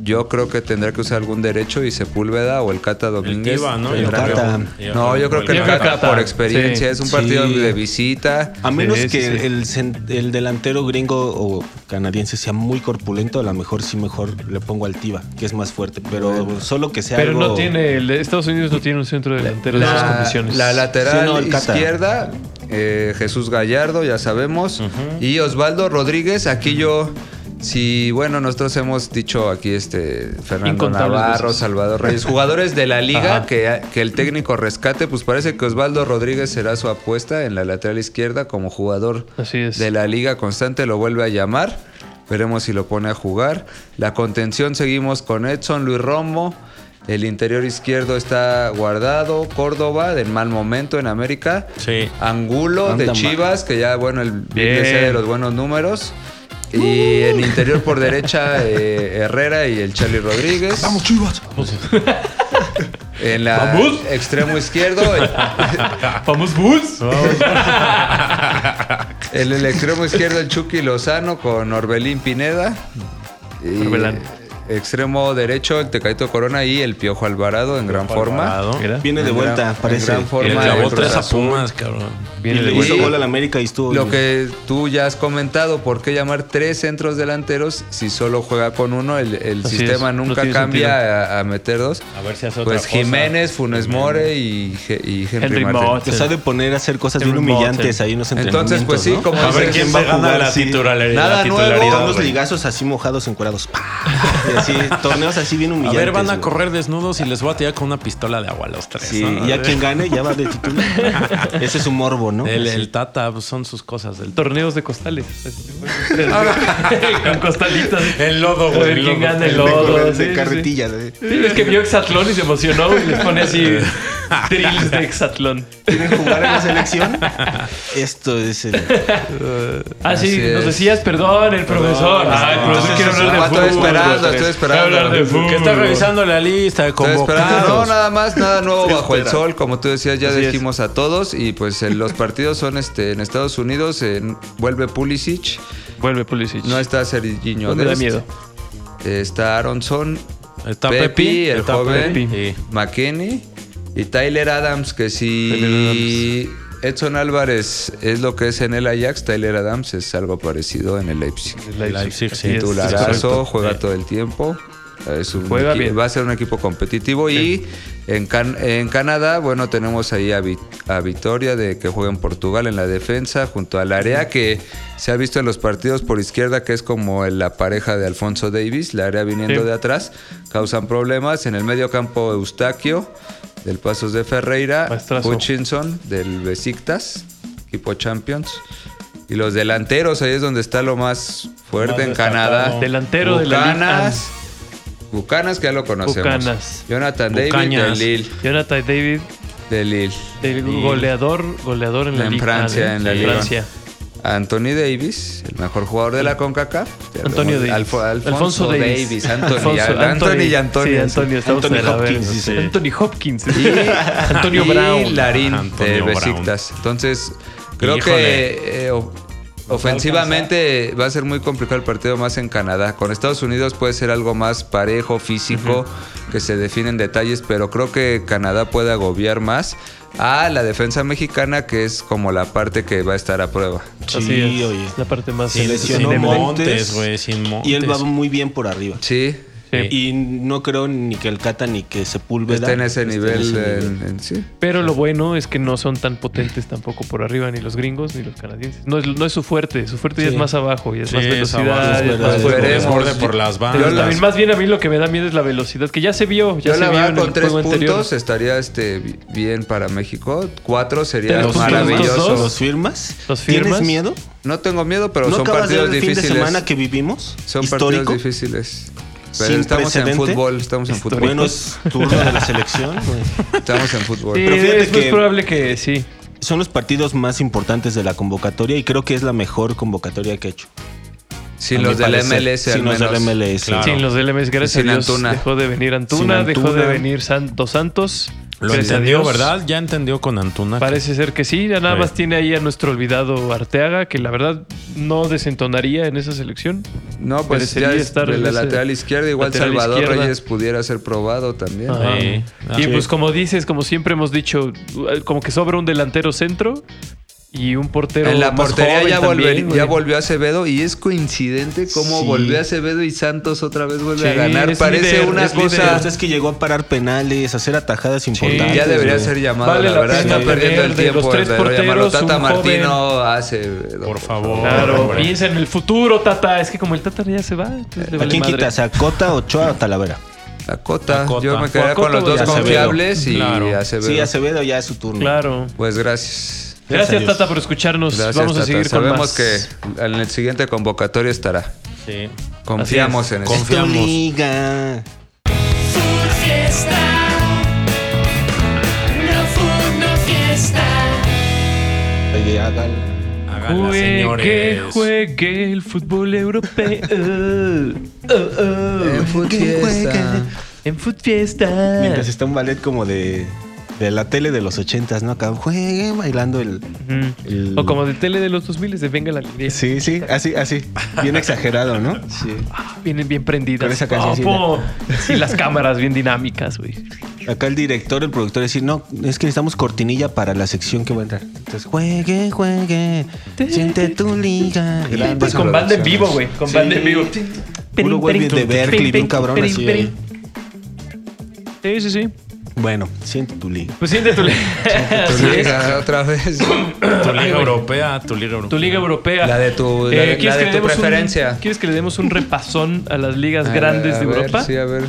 D: yo creo que tendrá que usar algún derecho y Sepúlveda o el Cata
E: el
D: Domínguez.
E: Tiva, ¿no?
F: el
E: Yo creo.
F: Cata.
D: No, yo creo que el
C: Yo creo que
D: Cata
C: Cata,
D: por experiencia
C: sí.
D: es un partido
F: Sí.
D: de visita.
F: A menos
C: Sí, sí,
F: que
C: sí.
F: El, cen- el delantero gringo o canadiense sea muy corpulento, a lo mejor sí mejor le pongo altiva, que es más fuerte, pero solo que sea
C: Pero
F: algo...
C: no tiene, el- Estados Unidos no tiene un centro delantero en esas condiciones.
D: la lateral
F: Sí, no, el Cata.
D: izquierda, eh, Jesús Gallardo, ya sabemos. Y Osvaldo Rodríguez, aquí yo. Si, bueno, nosotros hemos dicho aquí este Fernando
C: Incontables
D: Navarro,
C: veces.
D: Salvador Reyes,
C: [LAUGHS]
D: jugadores de la liga
C: Ajá.
D: que, que el técnico rescate, pues parece que Osvaldo Rodríguez será su apuesta en la lateral izquierda como jugador
C: Así es.
D: de la liga constante, lo vuelve a llamar. Veremos si lo pone a jugar. La contención seguimos con Edson, Luis Romo. El interior izquierdo está guardado. Córdoba, del mal momento en América.
E: Sí.
D: Angulo
F: Anda
D: de
F: mal.
D: Chivas, que ya, bueno, el bien
C: Bien.
D: desea de los buenos números. Y en interior por derecha, eh, Herrera y el Charlie Rodríguez. ¡Vamos, Chivas! En la
C: ¡Vamos!
D: extremo izquierdo,
C: Vamos Bulls.
D: En el extremo izquierdo el Chucky Lozano con Orbelín Pineda. Y
C: Orbelán.
D: Extremo derecho el Tecaito Corona y el Piojo Alvarado en gran forma.
E: Alvarado.
C: Mira,
F: Viene de
D: En
F: vuelta,
D: gran- en
F: parece.
D: gran
E: Y
D: forma.
E: le
D: Forma
E: clavó
D: del Cruz
E: tres a
D: Azul.
E: Pumas, cabrón.
F: Y
C: viene de
F: le
C: vuelta.
F: hizo
D: Y-
F: gol al América y estuvo...
D: Lo que tú ya has comentado, ¿por qué llamar tres centros delanteros si solo juega con uno? El, el
C: Así
D: sistema
C: es, no
D: nunca
C: tiene
D: cambia a, a meter dos.
E: A ver si hace otra
D: Pues
E: cosa.
D: Jiménez, Funes More y, Ge- y Henry,
C: Henry
D: Martin.
C: Mott.
F: Te sabe poner a hacer cosas bien
C: Henry Martin.
F: humillantes ahí en los entrenamientos,
D: Entonces, pues sí,
F: ¿no?
D: como
E: A ver
D: dices,
E: quién va a
F: jugar
E: ganar la
F: así.
E: titularidad.
D: Nada
E: la
D: nuevo,
E: titularidad,
F: Están los
E: güey.
F: ligazos así mojados, encuerados. ¡pa! Y así, torneos así bien
E: A
F: humillantes.
E: ver, van a
F: güey.
E: correr desnudos y les voy a tirar con una pistola de agua a los tres.
F: Sí,
E: ¿no?
F: y a quien gane ya va de titular. Ese es un morbo, ¿no?
E: El,
F: Así.
E: el Tata pues, son sus cosas. El,
C: Torneos de costales. Con costalitas.
E: El lodo,
C: A
E: güey, el
C: ver quién
E: lodo.
C: gana el
F: de,
C: lodo.
F: de
C: Sí, sí, sí.
F: carretillas. eh.
C: Sí, es que vio Exatlón y se emocionó y les pone así drills de Exatlón.
F: ¿Quieren jugar en la selección? Esto es el...
C: Ah, sí,
D: Así
C: nos
D: es.
C: decías, perdón, el profesor. Ah, el profesor
F: Entonces,
C: quiere hablar de
D: estaba
C: fútbol.
D: todo esperando, estoy estoy esperando.
C: hablar de fútbol.
E: Que está revisando la lista de
D: Estoy esperando. No,
E: convocados.
D: nada más, nada nuevo bajo el sol. Como tú decías, ya
C: Así es.
D: dijimos a todos. Y pues en los partidos son este en Estados Unidos. en- vuelve Pulisic.
C: Vuelve Pulisic.
D: No está Serginho
C: No me da
D: Dest,
C: miedo.
D: Está Aronson,
E: Está
D: Pepe,
E: Pepi,
D: el
E: está
D: joven.
E: Pepi.
C: Sí.
D: McKinney y Tyler Adams, que si Edson Álvarez es lo que es en el Ajax, Tyler Adams es algo parecido en el Leipzig.
E: Leipzig, sí.
C: Así es, es
D: Titularazo,
C: correcto.
D: juega
E: Sí.
D: todo el tiempo. Es un
C: Juega
D: equi-
C: bien.
D: Va a ser un equipo competitivo y en, Can- en Canadá, bueno, tenemos ahí a, Vi- a Vitoria de que juega en Portugal en la defensa junto al área que se ha visto en los partidos por izquierda que es como la pareja de Alfonso Davis, la área viniendo
C: Sí.
D: de atrás, causan problemas. En el medio campo Eustaquio del Pasos de Ferreira,
C: Maestrazo.
D: Hutchinson del Besiktas, equipo Champions. Y los delanteros, ahí es donde está lo más fuerte
E: Más
D: en
E: destacado.
D: Canadá.
C: Delantero de la Ligue
D: Bucanas. Bucanas, que ya lo conocemos.
C: Bucanas.
D: Jonathan David
E: Bucañas.
D: de Lille.
C: Jonathan David,
D: De Lille.
C: del
E: Y-
C: goleador, goleador en la
D: En
C: Ligue
D: Francia,
C: A,
D: en la
C: sí,
D: Ligue A.
C: Francia.
D: Anthony Davis, el mejor jugador de la CONCACAF.
C: Antonio Davis.
D: Alfo- Alfonso, Davis. Anthony,
C: Alfonso-
D: Anthony y Antonio.
C: Sí, Antonio, estamos
F: Anthony
C: de la
F: Hopkins,
C: verga,
F: dice.
C: sí. Anthony Hopkins.
D: Y
C: Antonio
D: y
C: Brown.
D: Larín de
E: Antonio
D: Besiktas. Entonces, creo
E: Híjole.
D: que eh, o- ofensivamente va a ser muy complicado el partido más en Canadá. Con Estados Unidos puede ser algo más parejo, físico, que se definen detalles, pero creo que Canadá puede agobiar más a la defensa mexicana, que es como la parte que va a estar a prueba.
C: Así
F: Sí,
C: es.
F: oye.
C: es La parte más
F: Se
E: Sin,
F: lesionó
E: sin
C: endeble.
E: Montes,
F: Montes,
E: güey, sin Montes.
F: Y él va muy bien por arriba.
D: Sí,
C: Sí.
F: Y no creo ni que el Cata ni que Sepúlveda
D: está en ese
F: esté en
D: nivel.
F: ese
D: en-
F: nivel.
D: en- sí.
C: Pero lo bueno es que no son tan potentes tampoco por arriba, ni los gringos ni los canadienses. No es, no es su fuerte, su fuerte ya
F: Sí.
C: es más abajo, y es
E: Sí,
C: más
E: es abajo,
C: velocidad,
F: es
C: ya es
F: verdad,
C: más
F: es
C: fuego.
D: verdad.
E: Es
D: Veremos.
E: borde por las
C: Pero
E: bandas.
C: también, más bien a mí lo que me da miedo es la velocidad, que ya se vio, ya
D: Yo
C: se
D: la
C: vio
D: verdad
C: en
D: con
C: el
D: tres
C: juego
D: puntos
C: anterior.
D: estaría este, bi- bien para México. Cuatro sería
C: Tres puntos,
D: maravilloso.
C: dos,
F: ¿Los firmas?
C: ¿Los
F: ¿Tienes
C: firmas?
F: miedo?
D: No tengo miedo, pero
F: ¿No
D: son
F: acabas de ver
D: partidos
F: el fin de
D: difíciles.
F: semana que vivimos?
D: son
F: histórico.
D: partidos difíciles. Pero
F: Sin
D: estamos
F: precedente.
D: en fútbol, estamos en fútbol. [LAUGHS]
F: Bueno, es turno de la selección. güey.
D: Estamos en fútbol.
C: Sí,
F: Pero fíjate
C: es muy
F: que-
C: probable que sí.
F: Son los partidos más importantes de la convocatoria y creo que es la mejor convocatoria que ha hecho.
D: Sin
F: a
D: los
F: mi
D: del
F: parecer.
D: MLS, al
F: Sin los del
D: menos.
F: MLS.
E: Claro.
C: Sin los LMS, gracias
D: Sin
C: a Dios.
D: Antuna.
C: Dejó de venir Antuna,
F: Sin
C: dejó de
F: Antuna.
C: venir Santos Santos.
E: Lo
C: Gracias a
E: entendió,
C: Dios.
E: ¿verdad? Ya entendió con Antuna.
C: Parece ser que sí, ya nada
E: Sí.
C: más tiene ahí a nuestro olvidado Arteaga, que la verdad no desentonaría en esa selección.
D: No, pues
C: Merecería
D: ya es
C: estar
D: de la
C: en ese
D: lateral izquierda. Igual
C: lateral
D: Salvador
C: izquierda.
D: Reyes pudiera ser probado también.
C: Ajá.
E: Sí. Ah,
C: y
E: sí.
C: pues como dices, como siempre hemos dicho, como que sobra un delantero centro y un portero.
D: en la
C: más
D: portería
C: joven
D: ya,
C: también,
D: volver-
C: güey.
D: ya volvió Acevedo y es coincidente cómo
F: Sí.
D: volvió Acevedo y Santos otra vez vuelve a
C: Sí,
D: ganar.
C: es
D: Parece
C: líder,
D: una
C: es
F: O sea,
D: cosa...
F: es que llegó a parar penales, a hacer atajadas importantes.
D: Ya debería
F: güey.
D: ser llamado,
C: Vale
D: la
C: la
D: verdad
C: pena
D: está perdiendo
C: tener
D: el
C: de
D: tiempo.
C: los tres
D: de verdad, llamarlo.
C: porteros,
D: Tata
C: un
D: Martino hace...
E: Por favor.
C: Claro,
E: hombre.
C: piensa en el futuro, Tata. Es que como el Tata ya se va, entonces le
F: ¿A
C: vale
F: quién
C: madre.
F: quitas? ¿A Cota, Ochoa o Talavera?
D: La cota.
E: Cota.
D: Yo me quedaría
C: Por
D: con los
C: Cota
D: dos
F: y Acevedo.
D: confiables y
E: Claro.
D: Acevedo.
F: Sí, Acevedo ya es su turno.
C: Claro.
D: Pues gracias.
F: Gracias a
C: Gracias,
F: Dios.
C: Tata, por escucharnos.
D: Gracias,
C: Pues Vamos
D: Tata.
C: a seguir con
D: Sabemos
C: más.
D: que en el siguiente convocatorio estará.
E: Sí.
D: Confiamos en eso.
E: Confi-
F: Tu
E: Confiamos.
F: liga.
A: Food Fiesta. No food, no fiesta.
F: Oye, hágalo.
E: Háganla,
C: Juegue,
E: señores.
C: juegue el fútbol europeo. [LAUGHS] Oh, oh.
D: En Food Fiesta.
C: En Food Fiesta.
F: Mientras está un ballet como de, de la tele de los ochentas, ¿no? Acá jueguen bailando el...
C: Ujú.
F: el-
C: O como de tele de los 2000 de Venga la Alegría.
F: Sí, sí, así, así. Bien exagerado, ¿no? Sí.
C: Vienen bien prendidas.
F: Con esa cancioncita.
C: Opo. [LAUGHS] Y las cámaras bien dinámicas, güey.
F: Acá el director, el productor decir, no, es que necesitamos cortinilla para la sección que va a entrar. Entonces, juegue, juegue, siente tu liga.
D: Grandes
F: Pues,
C: Con banda en vivo, güey. Con
F: Sí.
C: banda en vivo.
F: Puro güey bien de Berkeley, bien cabrón así,
C: Sí, sí, sí.
F: Bueno, siente tu liga.
C: Pues siente tu liga. [LAUGHS]
D: Tu liga Pues otra vez.
E: Tu liga europea, tu liga europea.
C: Tu liga europea. Eh,
D: La de tu- la de- la
C: ¿quieres que
D: de
C: le
D: tu
C: demos un-
D: preferencia.
C: ¿Quieres que le demos un repasón a las ligas
D: A ver,
C: grandes
D: a
C: de
D: ver,
C: Europa?
D: Sí, a ver.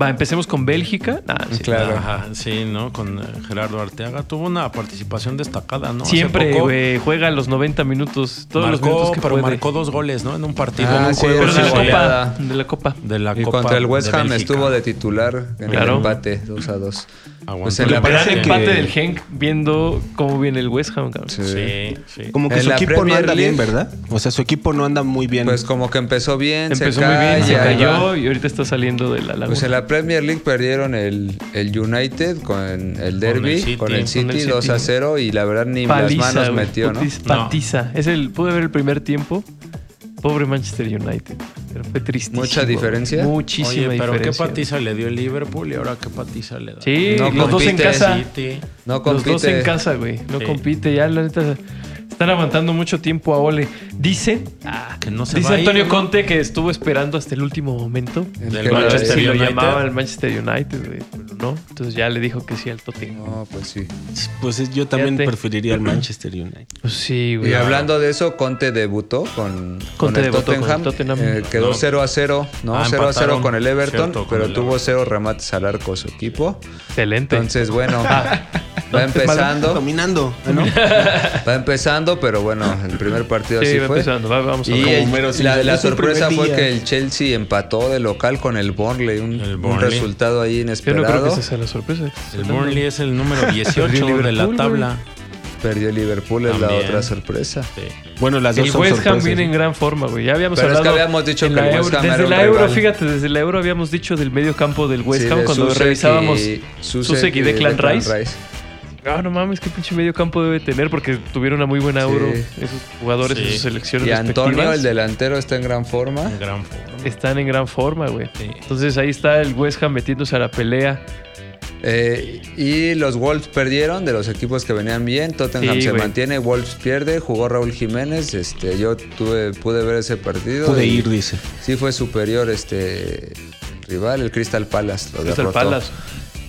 C: Va, empecemos con Bélgica. Ah, sí.
D: Claro.
E: Ajá, sí, ¿no? Con eh, Gerardo Arteaga. Tuvo una participación destacada, ¿no? Hace
C: Siempre,
E: poco
C: güey, juega los 90 minutos, todos los
E: marcó,
C: minutos que
E: pero
C: puede.
E: marcó dos goles, ¿no? En un partido.
D: Ah,
E: en un
D: sí,
E: juego
C: Pero de
D: esa
C: la
E: sin goleada.
C: Copa, de la Copa.
E: De la
D: Y
E: Copa
D: contra el West
E: de
D: Ham
E: Bélgica.
D: estuvo de titular en
C: Claro.
D: el empate 2 a 2.
E: Aguantó.
D: Pues en
E: Le
D: la
C: Gran
E: parece
D: que-
C: empate del Henk viendo cómo viene el West Ham, cabrón.
D: Sí.
E: Sí, sí.
F: Como que
D: En
F: su
D: la
F: equipo no
D: Premier
F: anda bien,
D: League.
F: ¿verdad? O sea, su equipo no anda muy bien.
D: Pues como que empezó bien,
C: Empezó
D: se
C: muy bien, se
D: calla, ahí
C: cayó
D: va.
C: y ahorita está saliendo de la laguna.
D: Pues en la Premier League perdieron el, el United con el
E: City.
D: Derby, con el City,
C: Con el City.
D: 2 a 0 y la verdad ni las manos
C: güey,
D: metió, ¿no?
C: putis-
E: No.
C: Patiza. Es el, pude ver el primer tiempo. Pobre Manchester United. Pero fue tristísimo.
D: ¿Mucha diferencia?
C: güey. Muchísima
E: Oye, pero qué
C: diferencia.
E: patiza le dio el Liverpool y ahora qué patiza le da.
C: Sí,
D: No
C: los dos en
D: compite.
C: casa.
E: City.
C: Los
D: No
C: dos
D: compite.
C: en casa, güey. No
E: Sí.
C: compite. Ya la neta están aguantando mucho tiempo a Ole. Dicen, ah,
E: Que no se
C: dice
E: va a ir,
C: Antonio
E: ¿no?
C: Conte que estuvo esperando hasta el último momento.
D: El
E: Del
D: que
C: Para ver
E: Manchester
C: si lo
E: United.
C: llamaba el Manchester United, güey. Pero no. Entonces ya le dijo que sí al Tottenham.
D: No, pues sí.
F: Pues es- yo también
C: Fíjate.
F: preferiría al Manchester United.
C: Pues sí,
D: Y
C: güey.
D: hablando de eso, Conte debutó con, con el
C: debutó con
D: Tottenham.
C: el Tottenham.
D: Eh, quedó
E: No.
D: 0 a 0, ¿no?
E: Ah,
D: 0 a 0
E: empataron.
D: con el Everton,
E: Cierto, con
D: pero
E: el
D: tuvo
E: Everton.
D: 0 remates al arco su equipo.
C: Excelente. [LAUGHS]
D: Entonces, bueno, va empezando.
F: Dominando, ¿no?
D: Va empezando, pero bueno, el primer partido
C: sí,
D: así
C: va
D: fue.
C: empezando. va- vamos a
D: Y
C: ver.
D: el-
F: Homero
D: la,
F: Simpson.
D: la
F: Es el
D: sorpresa
F: primer
D: fue
F: día.
D: que el Chelsea empató de local con el Burnley, un,
E: El
D: un
E: Burnley.
D: resultado ahí
C: Yo
D: inesperado.
C: no creo que esa sea la sorpresa.
E: El Burnley es el número
D: [LAUGHS]
E: 18
C: Liverpool,
E: de la tabla.
D: Perdió el Liverpool, es la
E: También.
D: otra sorpresa.
E: Sí.
F: Bueno, las dos
C: El
F: son
C: West Ham
F: sorpresas.
C: viene en gran forma, güey. Ya habíamos
D: Pero es que
C: hablado.
D: habíamos dicho
C: en
D: que
C: la
D: el West
C: Euro-
D: Ham
C: desde
D: era un
C: la Euro,
D: rival.
C: fíjate, desde la Euro habíamos dicho del medio campo del West
D: Sí,
C: Ham
D: de
C: cuando
D: Susek
C: revisábamos.
D: y-
C: Susek y Declan Rice. Ah, no mames, qué pinche medio campo debe tener porque tuvieron una muy buena
D: Sí.
C: Euro esos jugadores
E: Sí.
C: en sus selecciones
D: Y Antonio,
C: respectivas.
D: el delantero, está en gran forma.
E: En gran forma.
C: Están en gran forma, güey.
E: Sí.
C: Entonces ahí está el West Ham metiéndose a la pelea.
D: Eh, y los Wolves perdieron de los equipos que venían bien. Tottenham
C: Sí,
D: se
C: güey.
D: mantiene, Wolves pierde. Jugó Raúl Jiménez. Este, yo tuve, pude ver ese partido.
F: Pude
D: y
F: ir, dice.
D: Sí fue superior este el rival, el Crystal Palace. Lo
C: Crystal
D: derrotó.
C: Palace.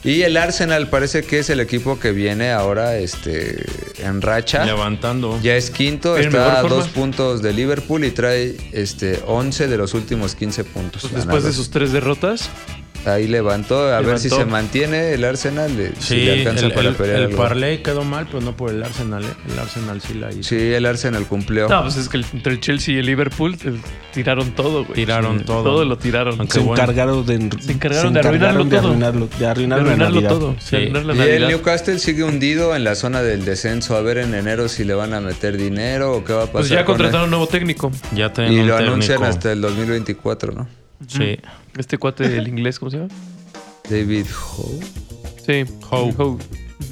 D: Y el Arsenal parece que es el equipo que viene ahora este, en racha.
E: Levantando.
D: Ya es quinto,
C: En
D: está
C: mejor
D: a
C: forma.
D: dos puntos de Liverpool y trae este 11 de los últimos 15 puntos.
C: Pues después de
D: ganados.
C: sus tres derrotas,
D: Ahí levantó, a ver si
C: Levantó.
D: se mantiene el Arsenal, eh, si
E: Sí,
D: le alcanza
E: el,
D: para
E: el,
D: pelear
E: el
D: algo.
E: parlay quedó mal, pero no por el Arsenal. ¿eh? El Arsenal sí la hizo.
D: Sí, el Arsenal cumplió.
C: no, pues es que el- entre el Chelsea y el Liverpool eh, tiraron todo, güey.
E: Tiraron
C: Sí.
E: todo.
C: Todo lo tiraron.
E: Aunque
F: Se
E: bueno.
F: encargaron de,
C: Se encargaron de arruinarlo
F: de
C: todo.
F: arruinarlo, de
C: De
F: arruinarlo,
C: arruinarlo
F: la Navidad.
C: todo. de
E: Sí.
C: arruinar la
D: y
C: Navidad.
D: el Newcastle sigue hundido en la zona del descenso. A ver en enero si le van a meter dinero o qué va a pasar.
C: Pues ya
D: con él.
C: contrataron un nuevo técnico.
E: Ya traen
D: Y
E: un
D: lo anuncian
E: técnico.
D: hasta el 2024, ¿no?
E: Sí.
C: Este cuate
D: [LAUGHS]
C: del inglés, ¿cómo se llama?
D: David Howe.
C: Sí.
E: Howe.
C: How,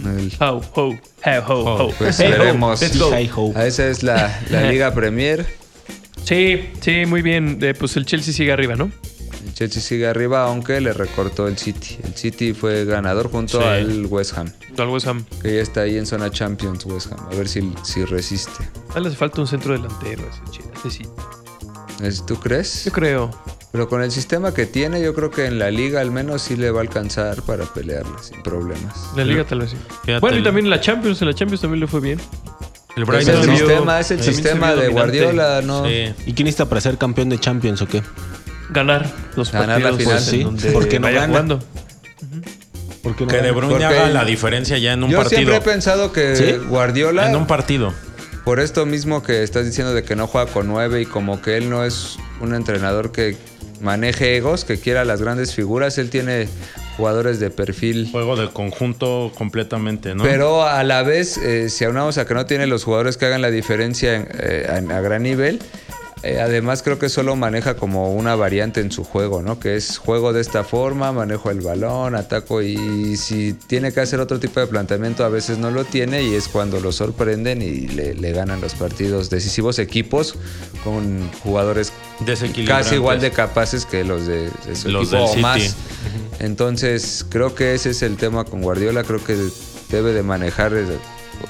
D: El-
C: how, how, how,
E: Howe.
D: Pues
C: Hey, ho,
D: veremos.
C: let's go.
F: Hi, ho.
D: Ah, Esa es la,
C: [LAUGHS]
D: la Liga Premier.
C: Sí, sí, muy bien. Eh, pues el Chelsea sigue arriba, ¿no?
D: El Chelsea sigue arriba, aunque le recortó el City. El City fue ganador junto
E: Sí.
D: al West Ham,
C: Algo es Sam.
D: que ya está ahí en zona Champions West Ham. A ver si, si resiste.
C: Ah, le hace falta un centro delantero. Ese Chelsea. Ese sí.
D: Es- Eh, ¿Tú crees?
C: Yo creo.
D: Pero con el sistema que tiene, yo creo que en la liga al menos sí le va a alcanzar para pelearle sin problemas.
C: En la liga tal vez sí.
E: Fíjate,
C: Bueno, y
E: el-
C: también en la Champions. En la Champions también le fue bien.
E: El
D: Es
E: Brighton
D: el
C: se vio-
D: sistema, es el
C: también se
D: sistema
C: vio
D: de
C: dominante.
D: Guardiola, ¿no?
E: Sí.
F: ¿Y quién está para ser campeón de Champions o qué?
C: Ganar los
D: Ganar la
C: partidos.
D: final.
C: en
D: Pues sí,
C: donde
F: porque no
C: vaya
F: gana.
C: jugando.
F: ¿Por qué no
E: Que De
F: gana?
E: Bruyne
D: Porque-
E: haga la diferencia ya en un
D: Yo siempre
E: partido.
D: he pensado que
F: ¿Sí?
D: Guardiola,
E: En un partido.
D: por esto mismo que estás diciendo de que no juega con nueve y como que él no es un entrenador que maneje egos, que quiera las grandes figuras, él tiene jugadores de perfil.
E: Juego de conjunto completamente, ¿no?
D: Pero a la vez, eh, si aunamos a que no tiene los jugadores que hagan la diferencia en- eh, en- a gran nivel, eh, además creo que solo maneja como una variante en su juego, ¿no? Que es juego de esta forma, manejo el balón, ataco y si tiene que hacer otro tipo de planteamiento a veces no lo tiene y es cuando lo sorprenden y le, le ganan los partidos decisivos equipos con jugadores
E: Desequilibrantes.
D: casi igual de capaces que los de, de su
E: Los
D: equipo
E: del
D: o
E: City.
D: más. Entonces, creo que ese es el tema con Guardiola. Creo que debe de manejar eh,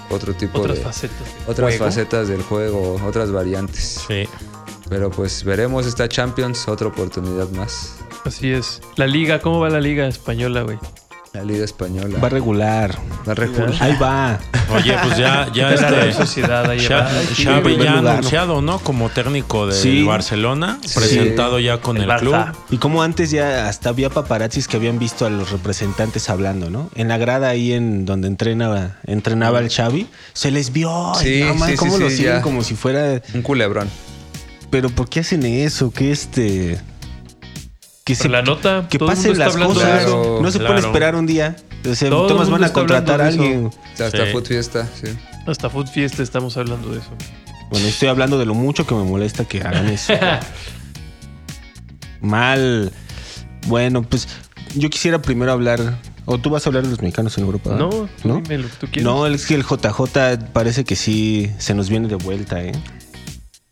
D: otro tipo
C: Otras
D: de
C: facetas.
D: otras
C: Juego.
D: facetas del juego, otras variantes.
E: Sí.
D: Pero pues veremos esta Champions, otra oportunidad más.
C: Así es. La liga, ¿cómo va la liga española, güey?
D: La Liga Española.
F: Va regular.
D: La Recul.
F: Ahí va.
D: [LAUGHS]
E: Oye, pues ya, [LAUGHS] ya
C: La Real
E: este.
C: Sociedad ahí va.
E: Xavi-
F: sí, en
E: Xavi
F: primer
E: ya
F: lugar, ¿no?
E: anunciado, ¿no? Como técnico de
F: Sí.
E: Barcelona, presentado ya con el,
C: El Barça.
E: club.
F: Y como antes ya hasta había paparazzis que habían visto a los representantes hablando, ¿no? En la grada ahí en donde entrenaba, entrenaba el Xavi, se les vio.
D: Sí,
F: Sí, no, man,
D: sí,
F: cómo
D: sí,
F: lo
D: sí,
F: siguen
D: ya.
F: como si fuera.
D: Un culebrón.
F: Pero ¿por qué hacen eso? Que este. Que
C: Pero la nota,
F: Que
C: todo el mundo
F: pasen
C: está
F: las
C: hablando
F: cosas.
C: de
D: eso. Claro,
F: no se
E: claro.
F: puede esperar un día. O sea,
C: Todo el
F: Tomás van
C: mundo
F: a
C: está
F: contratar a
C: hablando de eso.
F: alguien.
D: Hasta
E: Sí.
D: Food Fiesta, sí.
C: Hasta Food Fiesta estamos hablando de eso.
F: Bueno, estoy hablando de lo mucho que me molesta
C: [LAUGHS]
F: que hagan eso. Mal. Bueno, pues yo quisiera primero hablar. O tú vas a hablar de los mexicanos en Europa. ¿verdad?
C: No, tú
F: Ah. no.
C: dime lo que tú quieras.
F: No, es que el JJ parece que sí se nos viene de vuelta, ¿eh?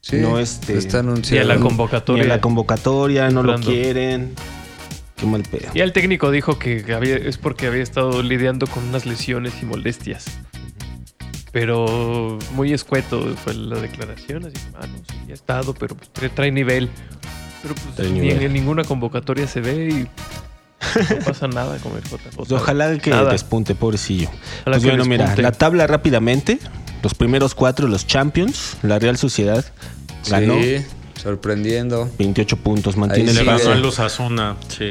D: Sí,
F: No, este-
D: Está
C: y
D: anunciado.
C: a la
F: Ni
C: convocatoria.
F: a la convocatoria, no
C: Entrando.
F: lo quieren. Qué mal pedo.
C: Y el técnico dijo que había- es porque había estado lidiando con unas lesiones y molestias. Pero muy escueto fue la declaración. Así que, ah, no, sí, ya ha estado, pero pues, trae, trae nivel. Pero pues
F: Trae
C: ni
F: nivel.
C: en ninguna convocatoria se ve y
F: [LAUGHS]
C: no pasa nada con el JJ.
F: Pues ojalá que
C: Nada.
F: despunte, pobrecillo.
C: Ojalá
F: pues
C: que
F: bueno, mira,
C: despunte.
F: la tabla rápidamente. Los primeros cuatro, los Champions, la Real Sociedad ganó
D: Sí, sorprendiendo.
F: 28 puntos, mantiene
D: Ahí
E: Le
F: el
D: sigue.
E: ganó
F: paso.
E: el Osasuna, sí.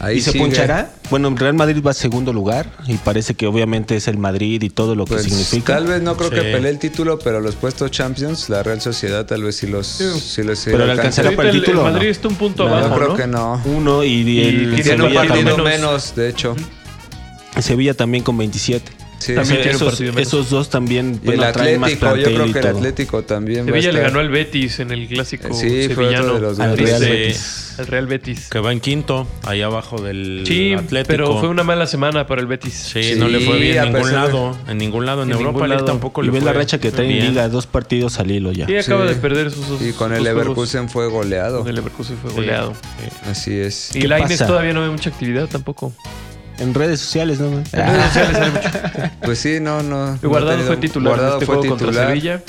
D: Ahí
F: ¿Y se
D: sigue.
F: ponchará? Bueno, Real Madrid va a segundo lugar y parece que obviamente es el Madrid y todo lo que
D: Pues,
F: significa.
D: tal vez no creo que
E: Sí.
D: pelee el título, pero los puestos Champions, la Real Sociedad tal vez sí los sí. los sí
F: Pero le
D: alcanza.
F: alcanzará
C: Ahorita
F: para el
C: el,
F: título,
C: el
F: ¿no?
C: Madrid está un punto
D: No,
C: abajo,
D: yo creo
C: ¿no?
D: que no.
F: Uno y, el
C: tiene
D: Tiene un
C: Sevilla
F: Sevilla,
D: partido
F: también,
C: menos.
D: menos. de hecho.
F: Sevilla también con 27.
D: Sí.
C: También
F: O sea,
C: tiene un
F: esos,
C: partido menos.
F: esos dos también
D: Y el
F: bueno, traen más
D: Atlético, yo
F: plantel
D: creo
F: y
D: que el
F: todo.
D: Atlético también. va a
C: Sevilla le
D: estar- Eh,
C: ganó al Betis en el clásico
D: Sí, fue otro de
C: sevillano.
D: los
F: Al
D: grandes.
F: Real
E: Dice-
F: Betis.
C: Al Real Betis.
E: Que va en quinto, ahí abajo del
C: Sí,
E: Atlético.
C: pero fue una mala semana para el Betis.
E: Sí,
D: Sí,
E: no le fue bien
D: a
E: en ningún
D: pesar de-
E: lado. En ningún lado. En,
C: En
E: Europa
C: ningún
E: League
C: lado.
E: tampoco
F: Y
E: le
F: ves
E: fue
F: la racha que trae en
E: bien.
F: Liga, dos partidos al hilo ya.
C: Sí, acaba
D: Sí.
C: de perder sus dos.
D: Y con
C: sus juegos.
D: el Leverkusen fue goleado.
C: Con el Leverkusen fue
E: Sí,
C: goleado.
E: sí.
D: Así es.
C: Y
F: ¿Qué
C: Lainez
F: pasa?
C: todavía no ve mucha actividad tampoco.
F: En redes sociales, ¿no? man? Ah,
D: Pues sí, no, no.
C: Y Guardado
D: no ha tenido-
C: fue titular en
D: Guardado
C: este
D: fue
C: juego contra
D: titular.
C: Sevilla.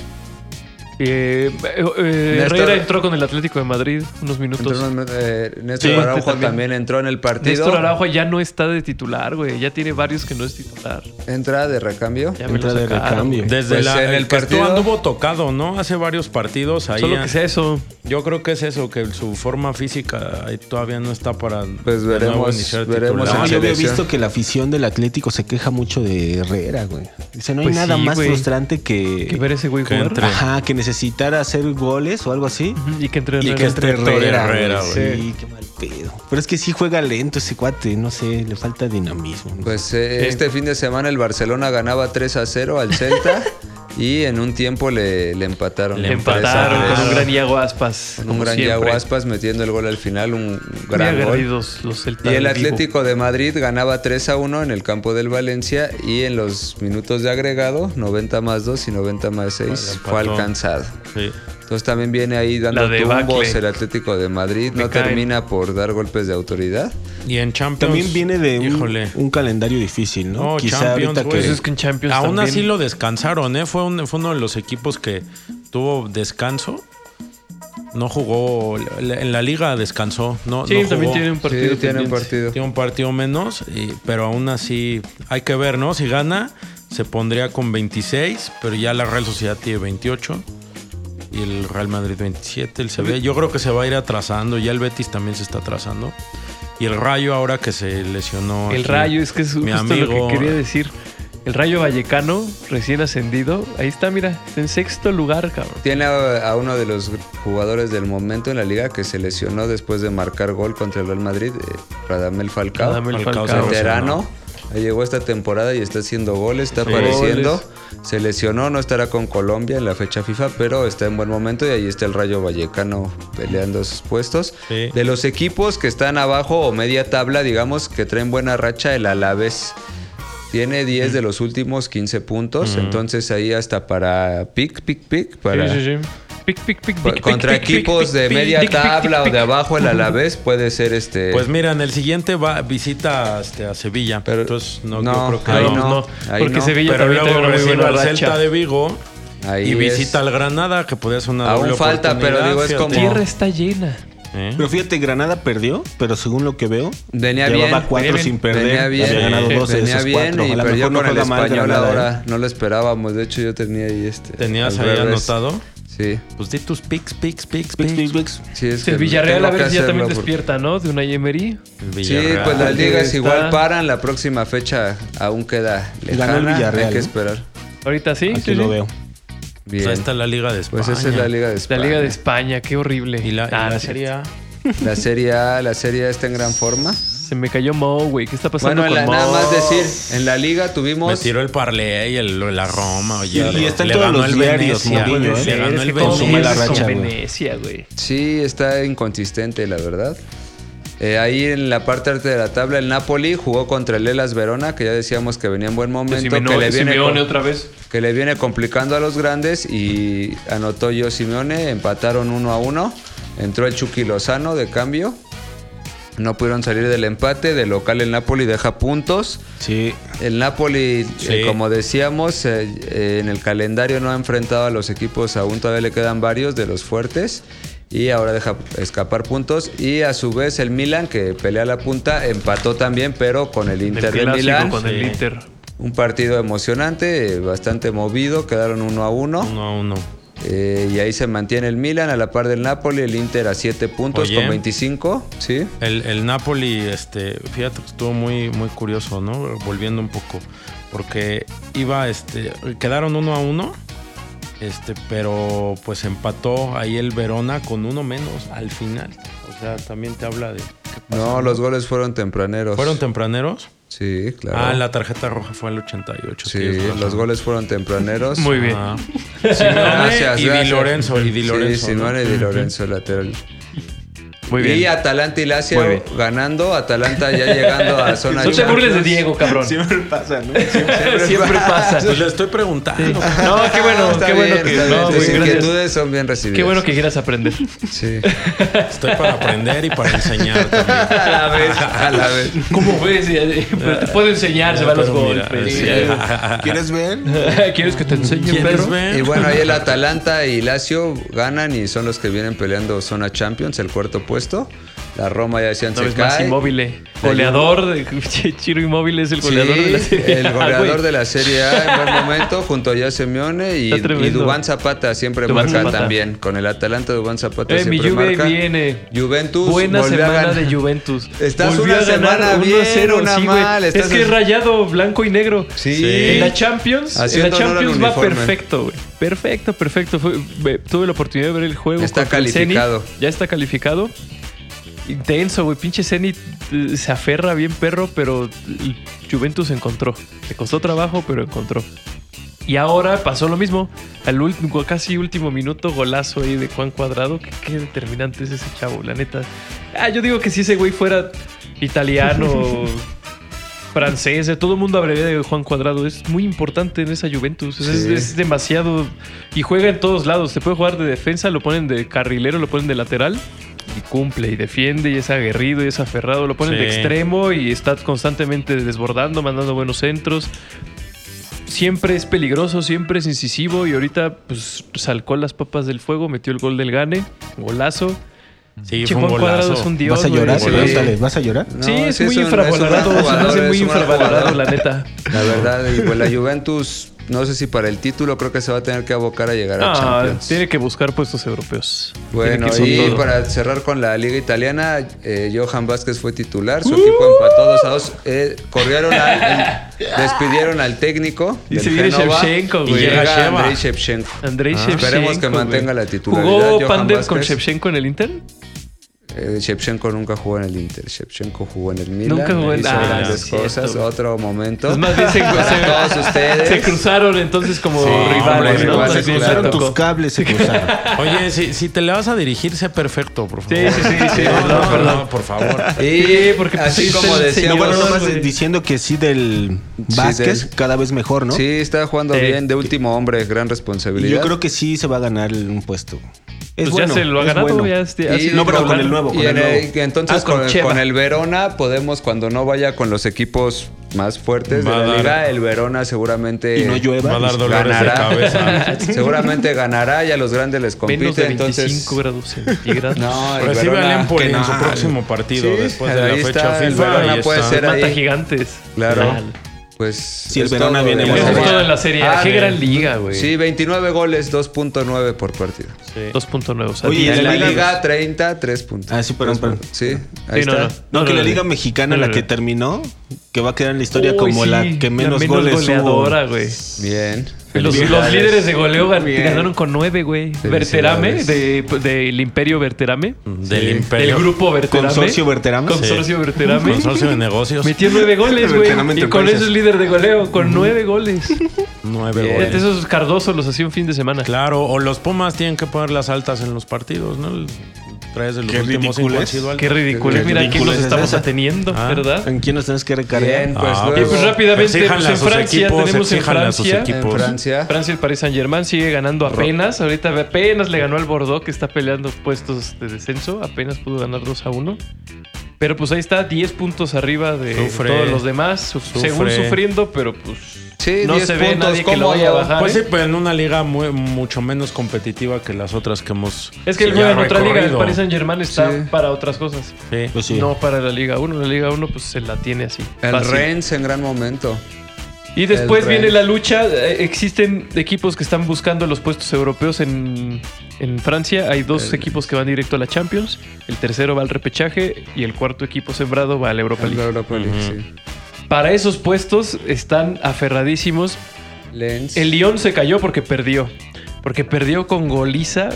C: Eh, eh, eh,
D: Néstor-
C: Herrera entró con el Atlético de Madrid unos
D: Entró
C: minutos.
D: en- eh, Néstor
C: Sí, este
D: Araujo
C: también.
D: también. entró en el partido.
C: Néstor Araujo ya no está de titular, güey. Ya tiene varios que no es titular.
D: Entra de recambio.
C: Ya me
F: Entra
C: lo
F: de
C: sacaron,
F: recambio.
C: güey.
E: Desde
D: Pues
E: la,
D: en
E: el,
D: el
E: que estuvo-
D: partido-
E: anduvo tocado, ¿no? Hace varios partidos ahí.
C: Solo que sea eso.
E: Yo creo que es eso, que su forma física ahí todavía no está para.
D: Pues
E: de nuevo
D: veremos,
E: iniciar
D: veremos
E: titular.
D: en
F: No, Ah, yo había
D: selección.
F: visto que la afición del Atlético se queja mucho de Herrera, güey. Dice, no hay
C: Pues
F: nada
C: sí,
F: más
C: güey.
F: frustrante que,
C: Que ver ese güey
E: que
C: jugar.
E: entre.
F: ajá, que necesitara hacer goles o algo así.
C: Ujú, Y que entre
E: Y
C: Herrera.
E: que entre Herrera,
F: Herrera,
E: güey.
F: güey. Sí, qué mal pedo. Pero es que sí juega lento ese cuate, no sé, le falta dinamismo. ¿no?
D: Pues eh,
C: Sí.
D: este fin de semana el Barcelona ganaba 3 a 0 al
C: [LAUGHS]
D: Celta y en un tiempo le, le empataron.
E: Le
C: Le empataron
E: Empresa.
C: con un gran Iago Aspas.
D: Con un
C: como
D: gran
C: siempre.
D: Yago Aspas metiendo el gol al final, un
C: Muy
D: gran gol.
C: aguerridos los
D: Y
C: Celta
D: el
C: en vivo.
D: Atlético de Madrid ganaba 3 a 1 en el campo del Valencia y en los minutos de agregado, 90 más 2 y 90 más 6,
E: empató.
D: fue alcanzado.
E: Sí.
D: Entonces también viene ahí dando
C: La debacle.
D: tumbos el Atlético de Madrid,
C: Me
D: no
C: caen.
D: termina por dar golpes de autoridad.
E: Y en Champions.
F: También viene de un,
E: Híjole.
F: un calendario difícil, ¿no?
E: No,
F: Quizá
E: Champions,
F: ahorita
E: güey.
F: que...
C: Pues es que en Champions
E: Aún
C: también-
E: así lo descansaron, ¿eh? Fue, un- fue uno de los equipos que tuvo descanso. No jugó. En la liga descansó. No,
C: Sí,
E: no jugó.
C: también tiene un partido.
D: sí, tiene un
C: pendiente.
D: partido.
E: Tiene un partido menos, y- pero aún así hay que ver, ¿no? Si gana, se pondría con 26, pero ya la Real Sociedad tiene 28 y el Real Madrid 27, el Sevilla. Yo creo que se va a ir atrasando, ya el Betis también se está atrasando. Y el Rayo ahora que se lesionó.
C: El
E: aquí.
C: Rayo, es que es
E: Mi
C: justo lo
E: amigo.
C: que quería decir. El Rayo Vallecano, recién ascendido. Ahí está, mira, está en sexto lugar, cabrón.
D: Tiene a, a uno de los jugadores del momento en la liga que se lesionó después de marcar gol contra el Real Madrid, eh, Radamel Falcao.
C: Radamel
E: Falcao
C: Falcao.
E: se
D: Veterano. Llegó esta temporada y está haciendo goles, está
C: Sí.
D: apareciendo.
C: Goles.
D: Se lesionó, no estará con Colombia en la fecha FIFA, pero está en buen momento y ahí está el Rayo Vallecano peleando sus puestos.
E: Sí.
D: De los equipos que están abajo o media tabla, digamos, que traen buena racha, el Alavés. Tiene 10 de los últimos 15 puntos, entonces ahí hasta para pick, pick, pick, para
C: Sí, sí, sí. Pic, pic, pic,
D: Pa-
C: pic,
D: contra
C: pic, pic,
D: equipos
C: pic,
D: de
C: pic,
D: media
C: pic, pic,
D: tabla
C: pic,
D: o de
C: pic.
D: abajo el Alavés puede ser este
E: Pues mira, en el siguiente va, visita este, a Sevilla.
D: Pero-
E: Entonces no,
D: no,
E: yo creo que
D: ahí
E: ahí
C: No,
D: no.
C: no,
D: ahí
C: porque
D: no.
C: Sevilla
E: Pero
C: también
E: luego
C: trae una muy
E: recibe
C: buena
E: al
C: racha.
E: Celta de Vigo
D: ahí
E: y
D: es.
E: visita al Granada, que podría ser una
D: Aún
E: doble
D: falta, pero
E: oportunidad,
D: digo, es
E: fíjate.
D: como-
C: Tierra está llena.
E: ¿eh?
F: Pero fíjate, Granada perdió, pero según lo que veo,
D: Venía
F: llevaba
D: bien,
F: cuatro
C: venía bien,
F: sin perder.
D: venía bien,
F: había ganado
D: eh,
F: dos de
D: venía
F: esos
D: bien
F: cuatro.
D: y
F: A lo
D: perdió
F: mejor no
D: con el
F: juega mal
D: español
F: Granada,
D: ahora.
F: ¿eh?
D: No lo esperábamos. De hecho, yo tenía ahí este.
E: ¿Tenías
D: al
E: ahí
D: revés.
E: anotado?
D: Sí.
E: Pues di tus picks, picks, picks,
F: Bix,
E: picks.
F: bix, bix.
D: Sí, es
C: Sí, el
D: que
C: Villarreal
D: tengo
C: a ver
D: que
C: si ya también
D: hacerlo por-
C: despierta, ¿no? De una Emery.
E: El
D: Sí,
E: Villarreal.
D: pues las ligas
C: está.
D: igual paran. La próxima fecha aún queda lejana.
F: Ganó el Villarreal,
D: Hay que
F: ¿no?
D: esperar.
C: Ahorita sí.
F: Aquí
C: sí,
F: lo
C: sí.
F: veo.
E: Pues
D: Bien.
E: ahí está la Liga de España.
D: Pues esa es la Liga de
C: La
D: España.
C: Liga de España, qué horrible.
E: Y la, y
C: Ah,
E: la
C: no es
E: Serie
C: cierto.
E: A.
D: La Serie A, la Serie A está en gran forma.
C: Se me cayó Mo, güey. ¿Qué está pasando
D: Bueno, en la-
C: con Mo?
D: nada más decir, en la liga tuvimos...
E: Me tiró el Parley y el, la Roma. Oye,
F: Y- y
E: le-
F: está en
E: le
F: todos
E: ganó
F: los
E: el
F: diarios,
E: Venecia,
F: Mourinho, ¿eh?
E: Le ganó
C: Es
E: el
C: que cómo
F: Consume
E: Venecia.
F: la
C: pierdes
F: racha,
C: con
F: güey.
C: Venecia, güey.
D: Sí, está inconsistente, la verdad. Eh, ahí en la parte alta de la tabla, el Napoli jugó contra el Elas Verona, que ya decíamos que venía en buen momento, que
C: Simeone,
D: le, viene,
C: Simeone
D: com-
C: otra vez.
D: que le viene complicando a los grandes y anotó yo Simeone, empataron uno a uno, entró el Chucky Lozano de cambio, no pudieron salir del empate, de local el Napoli deja puntos,
F: Sí.
D: el Napoli,
E: Sí.
D: eh, como decíamos, eh, eh, en el calendario no ha enfrentado a los equipos, aún todavía le quedan varios de los fuertes. Y ahora deja escapar puntos. Y a su vez el Milan, que pelea la punta, empató también, pero con el
C: El
D: Inter de
C: clásico
D: Milán.
C: con el
E: Sí.
C: Inter.
D: Un partido emocionante, eh, bastante movido, quedaron uno a uno.
E: Uno a uno.
D: Eh, y ahí se mantiene el Milan a la par del Napoli, el Inter a 7 puntos
E: Oye.
D: con 25. Sí.
E: El, el Napoli, este, fíjate que estuvo muy, muy curioso, ¿no? Volviendo un poco. Porque iba, este, quedaron uno a uno. Este, pero pues empató ahí el Verona con uno menos al final. O sea, también te habla de.
D: No, los goles fueron tempraneros.
E: ¿Fueron tempraneros?
D: Sí, claro.
E: Ah, la tarjeta roja fue al 88.
D: Sí,
E: tienes razón.
D: los goles fueron tempraneros.
C: Muy bien.
E: Ah. Simeone
D: [LAUGHS] Gracias,
E: y Di
D: gracias.
E: Lorenzo. Y Di Lorenzo.
D: Sí, Simeone
E: ¿no?
D: y Di Lorenzo, lateral.
C: Muy bien.
D: Y Atalanta y
C: Muy
D: Lazio
C: bien.
D: ganando. Atalanta ya llegando
C: [LAUGHS]
D: a zona
C: no te burles de
D: Champions.
C: Diego, cabrón.
D: [LAUGHS]
C: Siempre,
F: Siempre pasa, ¿no?
C: pasa.
E: Pues le estoy preguntando.
C: No, qué bueno,
D: Ah, Está
C: qué
D: bien,
C: bueno que
D: está bien,
C: no,
D: Tus
C: güey, gracias.
D: inquietudes son bien recibidas.
C: Qué bueno que quieras aprender. [LAUGHS]
D: Sí.
E: Estoy para aprender y para enseñar también.
D: A la
C: Pues,
D: vez, [LAUGHS] a la vez.
C: ¿Cómo ves? Pero te puedo enseñar, se van los
E: Pero mira,
C: golpes.
E: sí.
F: ¿Quieres
C: [LAUGHS]
F: ver?
C: ¿Quieres que te enseñe,
E: ¿Quieres
C: perro?
E: ver?
D: Y bueno, ahí el Atalanta y Lazio ganan y son los que vienen peleando zona Champions, el cuarto puesto. La Roma ya decían
C: No
D: se
C: ves más
D: cae.
C: inmóvil. eh. Goleador. de- [LAUGHS] Chiro Inmóvil es el goleador
D: Sí,
C: de la serie. [LAUGHS]
D: El
C: Ah,
D: goleador
C: güey.
D: de la Serie A en
C: [LAUGHS]
D: buen momento, junto a Yasemione y,
C: Está tremendo.
D: y Dubán Zapata siempre
C: Duván
D: marca
C: Zapata.
D: también. Con el Atalanta, Dubán Zapata
C: Eh, mi
D: siempre
C: Juve
D: marca.
C: viene.
D: Juventus.
C: Buena
D: volvió a
C: semana
D: ganar.
C: de Juventus.
D: Estás
C: Volvió
D: una
C: a ganar
D: semana
C: 1
D: bien,
C: 0,
D: una
C: sí, güey.
D: mal, estás
C: Es que es
D: en-
C: rayado, blanco y negro.
D: Sí.
C: En la Champions, en
D: Haciendo
C: la
D: honor al
C: Champions va
D: uniforme.
C: perfecto, güey. Perfecto, perfecto. Fue- ve- tuve la oportunidad de ver el juego.
D: Está
C: contra el
D: calificado.
C: Zenit. Ya está calificado. Intenso, güey. Pinche Zenit eh, se aferra bien perro, pero el Juventus encontró. Le costó trabajo, pero encontró. Y ahora pasó lo mismo. Al último, casi último minuto, golazo ahí de Juan Cuadrado. Qué, qué determinante es ese chavo, la neta. Ah, yo digo que si ese güey fuera italiano, francés, de todo el mundo hablaría de Juan Cuadrado. Es muy importante en esa Juventus. Es,
D: Sí.
C: es demasiado. Y juega en todos lados. Te puede jugar de defensa, lo ponen de carrilero, lo ponen de lateral. Y cumple y defiende y es aguerrido y es aferrado. Lo ponen de
E: Sí.
C: extremo y está constantemente desbordando, mandando buenos centros siempre es peligroso, siempre es incisivo y ahorita pues salcó las papas del fuego, metió el gol del gane, golazo.
E: Sí,
C: Che,
E: fue un
C: Juan Cuadrado
E: golazo.
C: es un dios.
F: ¿Vas a
C: güey.
F: llorar?
C: Sí,
D: güey.
F: Pregúntale, ¿vas a llorar?
D: No,
C: Sí, es
D: sí,
C: muy
D: un- es
C: infravalorado,
D: un gran
C: se me hace
D: jugador,
C: muy
D: es un gran
C: infravalorado,
D: jugador.
C: la neta.
D: La verdad, y pues la Juventus, no sé si para el título, creo que se va a tener que abocar a llegar a
C: Ah,
D: Champions.
C: tiene que buscar puestos europeos.
D: Bueno,
C: Tiene que ir
D: y
C: con todo.
D: para cerrar con la Liga Italiana, eh, Johan Vázquez fue titular, su equipo empató 2 a 2. eh, corrieron al. eh, despidieron al técnico.
C: Y
D: del
C: se viene
D: Génova,
C: Shevchenko,
D: y
C: güey.
D: llega
E: Sheva.
D: Andrei Shevchenko.
C: Andrei Shevchenko.
D: Ah, esperemos que
C: güey.
D: mantenga la titularidad,
C: ¿Jugó
D: Johan
C: Pander con
D: Vázquez.
C: Shevchenko en el Inter?
D: Eh, Shevchenko nunca jugó en el Inter. Shevchenko jugó en el Milan.
C: Nunca jugó en-
D: hizo
C: Ah,
D: grandes
C: sí,
D: cosas.
C: cierto.
D: Otro momento.
C: Pues más bien
D: [LAUGHS]
C: se, [LAUGHS] se-
D: todos ustedes.
C: se cruzaron entonces como
E: Sí,
C: rivales,
E: hombre,
C: Pues ¿no?
D: igual se
C: También
D: cruzaron
C: le
F: Cruzaron
C: tocó.
F: tus cables, se cruzaron.
E: Oye, si, si te le vas a dirigir, sé perfecto, por favor.
C: Sí, sí, sí, sí,
E: [LAUGHS] No,
C: perdón,
E: no,
C: perdón.
E: no, por favor.
D: Y
C: Sí, porque, pues,
D: así
C: sí,
D: como
C: el
D: decía
C: señor-
F: No, bueno,
C: Dios,
F: nada más
C: güey.
F: diciendo que sí del
D: Sí,
F: Vázquez,
D: del-
F: cada vez mejor, ¿no?
D: Sí, está jugando
C: Sí.
D: bien, de último hombre, gran
F: Y
D: responsabilidad.
F: yo creo que sí se va a ganar el- un puesto. Es
C: Pues
F: bueno,
C: ya se lo ha
F: es
C: ganado,
F: bueno.
C: ya este, ha
D: Y-
C: sido
F: No, pero con
C: regular.
F: el nuevo, con
D: y
F: el
D: en el-
F: nuevo.
D: entonces
C: Ah, con
D: con,
C: Cheva.
D: con el Verona podemos, cuando no vaya con los equipos más fuertes
E: Va
D: de
E: a
D: la
E: dar-
D: liga, el Verona seguramente
C: Eh,
F: Y no llueva.
E: Va a dar dolores
D: ganará.
E: de
D: [LAUGHS]
E: cabeza.
D: seguramente ganará y a los grandes les compite.
C: Menos de 25
D: entonces,
C: grados centígrados.
D: No, el
E: Recibe al
D: Verona-
E: Empoli
D: que
E: en su
D: no.
E: próximo partido
D: Sí,
E: después de la
D: ahí
E: fecha
D: está, el
E: FIFA.
D: Verona
E: ahí
D: puede
E: está.
D: ser
C: Mata
D: ahí.
C: gigantes.
D: Claro.
C: Mal.
D: Pues.
F: Sí, el Verona
D: todo
F: viene
D: de
F: muy
D: la
C: Eso es
F: Serie
C: todo
F: A.
C: en la serie. A.
D: Ah,
C: Qué
D: de-
C: gran liga, güey.
D: Sí, 29 goles, 2.9 por partido.
C: 2.9. O sea,
F: Oye,
D: Y
F: ¿y
C: diez
D: en la
F: la liga?
D: liga 30, 3 puntos.
F: Ah, sí, perdón, perdón.
D: Sí, ahí
C: Sí, no,
D: está.
C: no.
F: No, que la liga
C: no.
F: mexicana,
C: No, no,
F: la que
C: no.
F: terminó, que va a quedar en la historia
C: Uy,
F: como
C: sí,
F: la que menos, goles hubo.
C: goleadora, güey.
D: Bien.
C: Los,
D: Felicidades.
C: los líderes de goleo gan-
F: Bien.
C: ganaron con 9, güey. Verterame,
D: Felicidades.
C: de- del Imperio Verterame.
E: Del
D: Sí.
E: Imperio.
C: Del grupo Verterame.
F: Consorcio Verterame.
C: Consorcio Verterame.
E: Consorcio de negocios.
C: Metió 9 goles, güey.
F: Verterame
C: Y con
F: Enterprises.
C: eso es líder de goleo, con 9 goles. Este,
E: Nueve
D: Bien.
E: goles.
C: Esos Cardoso los hacía un fin de semana.
E: Claro, o los Pumas tienen que poner las altas en los partidos, ¿no? El- Tres de los
F: Qué
E: últimos
F: ridículo
E: cinco han
F: es.
E: sido altas.
C: Qué ridículo.
D: Qué
C: Mira, aquí
F: ridículo
C: nos
F: es
C: estamos
F: esa.
C: ateniendo,
E: Ah.
C: ¿verdad?
F: ¿En quién nos tienes que recargar?
D: Bien, pues
E: Ah,
D: luego,
E: pues,
C: pues, rápidamente,
E: Exíjanle
C: pues, en
E: a sus
C: Francia
E: equipos,
C: tenemos en
E: exíjanle a sus
C: Francia-
D: en
E: equipos.
D: Francia.
C: Francia, el Paris Saint Germain sigue ganando apenas. Ahorita apenas le ganó al Bordeaux, que está peleando puestos de descenso. Apenas pudo ganar 2 a 1. Pero pues ahí está, 10 puntos arriba de
E: Sufre.
C: todos los demás. su-
E: Sufre.
C: Según sufriendo, pero pues.
D: Sí,
C: no
D: 10
C: se ve
D: puntos,
C: nadie que lo
D: ¿cómo
C: vaya a
D: ya?
C: bajar.
E: Pues
C: ¿eh?
E: sí, pero en una liga muy- mucho menos competitiva que las otras que hemos.
C: Es que él
E: ya
C: juega en otra liga. El
E: recorrido.
C: Paris Saint Germain está
D: Sí.
C: para otras cosas.
E: Sí.
F: Pues sí.
C: No para la Liga 1. La Liga 1 pues se la tiene así.
D: El
C: fácil.
D: Rennes en gran momento.
C: Y después
D: el
C: viene
D: Rennes.
C: la lucha. Eh, Existen equipos que están buscando los puestos europeos en, en Francia. Hay dos
D: El-
C: equipos que van directo a la Champions. El tercero va al repechaje y el cuarto equipo sembrado va a la Europa
D: En la
C: League.
D: Europa League,
E: Ujú.
D: sí.
C: Para esos puestos están aferradísimos.
D: Lens.
C: El Lyon se cayó porque perdió. Porque perdió con goliza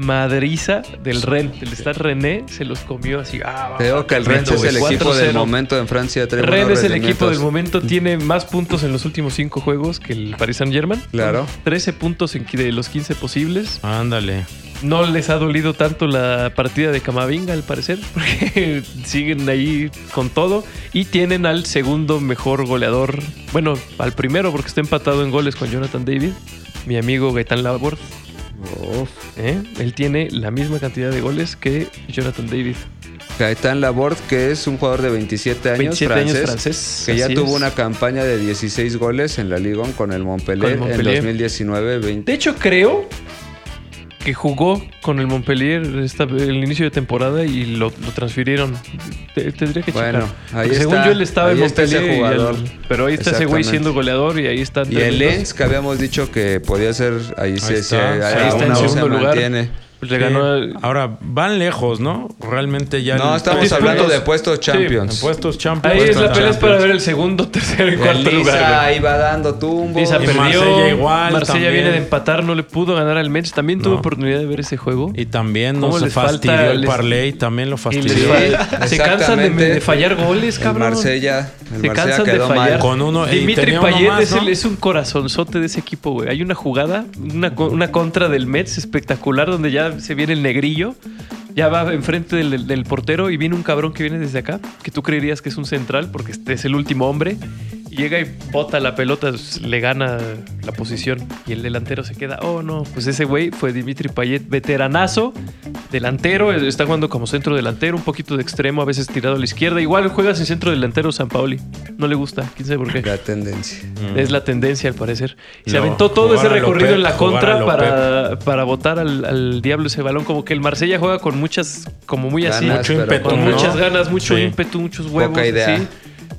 C: madriza del Ren. El Stade René se los comió así. Ah,
D: Te digo que el Rennes es el
C: güey,
D: equipo del
C: 4-0.
D: momento en Francia. trae
C: Ren
D: buenos
C: es el equipo del
D: rendimientos.
C: momento, tiene más puntos en los últimos cinco juegos que el Paris Saint Germain.
D: Claro.
C: 13 puntos en- de los 15 posibles.
E: Ándale.
C: No les ha dolido tanto la partida de Camavinga, al parecer, [LAUGHS] porque siguen ahí con todo. Y tienen al segundo mejor goleador, bueno, al primero, porque está empatado en goles con Jonathan David, mi amigo Gaetán Laborde.
D: Uf.
C: ¿eh? Él tiene la misma cantidad de goles que Jonathan David.
D: Gaetán Laborde, que es un jugador de 27 años,
C: 27
D: francés,
C: años francés.
D: que ya
C: así
D: tuvo
C: es.
D: una campaña de 16 goles en la Liga con el Montpellier,
C: Con el Montpellier.
D: en 2019-20.
C: De hecho, creo que jugó con el Montpellier esta- el inicio de temporada y lo, lo transfirieron. Te- tendría que checar.
D: Bueno, ahí
C: Porque según
D: está.
C: yo él estaba en
D: Ahí está ese
C: Montpellier. y al-
D: jugador.
C: pero ahí está ese güey
D: Exactamente.
C: siendo goleador y ahí está.
D: Y
C: entre
D: el
C: los dos.
D: Lens, que habíamos dicho que podía ser, ahí, se,
E: está.
D: se-
E: Ahí
D: ahí
E: está en
D: aún
E: segundo
D: se
C: lugar.
D: mantiene.
C: Pues le ganó.
E: Sí. Ahora van lejos, ¿no? Realmente ya.
D: No,
E: el-
D: estamos
C: tres
D: hablando
C: puntos.
D: de puestos
E: En
D: Champions.
E: puestos champions.
D: pues
C: Ahí es la pelea
E: Champions.
C: es para ver el segundo, [LAUGHS] tercero y
D: El ah,
C: cuarto lugar.
D: Niza
C: güey.
D: ahí va dando tumbos.
C: Niza
E: Y
C: perdió.
E: Marsella igual
C: Marsella
E: también.
C: viene de empatar, no le pudo ganar al Mets. También tuve
E: No.
C: oportunidad de ver ese juego.
E: Y también nos
C: ¿Cómo les
E: fastidió
C: falta?
E: el
C: Les-
E: parlay, también lo
C: Y
E: fastidió.
C: les fal- se cansan de,
D: Exactamente.
C: de fallar goles,
D: El
C: cabrón.
D: Marsella, el
C: Se
D: Marsella
C: cansan de
D: quedó
C: fallar.
D: mal.
E: Con uno- y
C: Dimitri
E: tenía uno
C: Payet
E: más,
C: es, el-
E: ¿no?
C: es un corazonzote de ese equipo, güey. Hay una jugada, una, co- una contra del Mets espectacular donde ya se viene el negrillo, ya va enfrente del, del- del portero y viene un cabrón que viene desde acá, que tú creerías que es un central porque este es el último hombre. y Llega y bota la pelota, s- le gana la posición y el delantero se queda. Oh, no, pues ese güey fue Dimitri Payet, veteranazo, delantero, eh, está jugando como centro delantero, un poquito de extremo, a veces tirado a la izquierda. Igual juega sin centro delantero San Paoli. No le gusta, quién sabe por qué.
D: La tendencia.
E: Mm,
C: Es la tendencia, al parecer. Y se
E: No,
C: aventó todo
E: jugar
C: ese
E: a lo
C: recorrido
E: Pep,
C: en la
E: jugar a
C: contra
E: lo
C: para, para botar al, al diablo ese balón. Como que el Marsella juega con muchas, como muy así,
D: Ganas, pero
E: Mucho ímpetu,
C: con
E: ¿no?
C: muchas ganas, mucho
E: Sí.
C: ímpetu, muchos huevos.
D: Poca idea.
C: sí.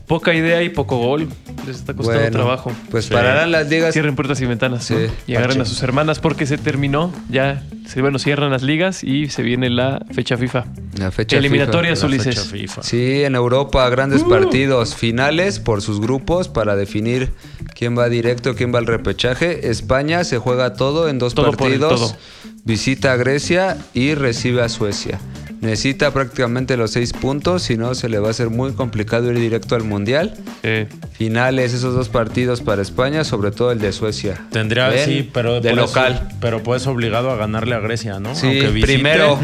C: Poca idea y poco gol. Les está costando
D: Bueno,
C: trabajo.
D: Pues
E: Sí.
D: pararán las ligas.
C: Cierren puertas y ventanas.
D: Sí.
C: ¿no? Y agarren a sus hermanas porque se terminó. Ya, se- bueno, cierran las ligas y se viene la fecha FIFA.
D: La fecha
C: Eliminatorias.
E: La fecha
C: Ulises.
E: FIFA.
D: FIFA. Sí, en Europa,
C: Uh.
D: grandes partidos finales por sus grupos para definir quién va directo, quién va al repechaje. España se juega todo en dos
C: Todo por el
D: partidos.
C: todo.
D: Visita a Grecia y recibe a Suecia. Necesita prácticamente los seis puntos, si no se le va a hacer muy complicado ir directo al Mundial.
C: Eh,
D: Finales, esos dos partidos para España, sobre todo el de Suecia.
E: Tendría,
D: Ven,
E: sí, pero
D: de
E: pues,
D: local.
E: Pero pues obligado a ganarle a Grecia, ¿no?
D: Sí,
E: Aunque visite.
D: primero,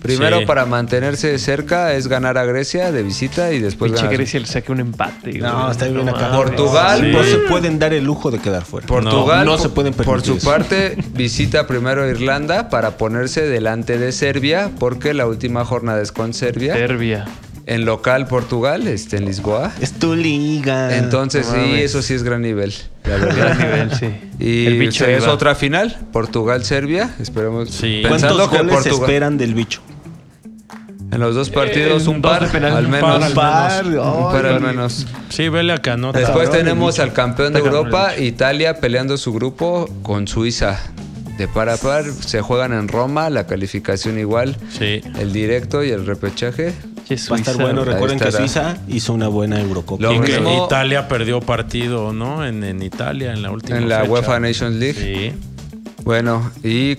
D: primero
E: Sí.
D: para mantenerse cerca es ganar a Grecia de visita y después
C: pinche
D: ganar.
C: Grecia le saque un empate.
F: No,
C: güey.
F: está bien
C: No
F: acá.
C: mames.
D: Pues Portugal,
F: No,
E: Sí.
F: pues, se pueden dar el lujo de quedar fuera.
D: Portugal,
F: No, no se pueden
D: por
F: permitir
D: su
F: eso.
D: parte, visita primero a Irlanda para ponerse delante de Serbia, porque la última jornada es con Serbia.
C: Serbia.
D: En local Portugal, este, en Lisboa.
F: Es tu liga.
D: Entonces, sí, eso sí es gran nivel,
F: [LAUGHS]
D: la verdad. [LAUGHS]
C: Gran nivel, sí.
D: Y
C: El bicho
D: es
C: ahí va.
D: otra final, Portugal-Serbia. Esperemos.
E: Sí.
F: ¿Cuántos
D: Pensando que
F: goles
D: Portugal-
F: esperan del bicho?
D: En los dos partidos,
C: Eh,
D: un
C: dos
D: par,
C: de penal,
D: al
C: un
D: menos.
C: par al
F: par,
D: Un par
F: ay,
D: al menos.
E: Sí, vele acá, anota.
D: Después
F: Cabrón,
D: tenemos al campeón de
C: Está cabrón,
D: Europa, Italia, peleando su grupo con Suiza. De par a par, se juegan en Roma, la calificación igual,
E: Sí.
D: el directo y el repechaje.
F: Va a estar bueno.
D: ahí
F: Recuerden que
D: estará.
F: Suiza hizo una buena Eurocopa.
D: Lo
E: Y que
D: mismo-
E: Italia perdió partido, ¿no? En, en Italia, en la última.
D: En la
E: fecha.
D: UEFA Nations League.
E: Sí.
D: Bueno, y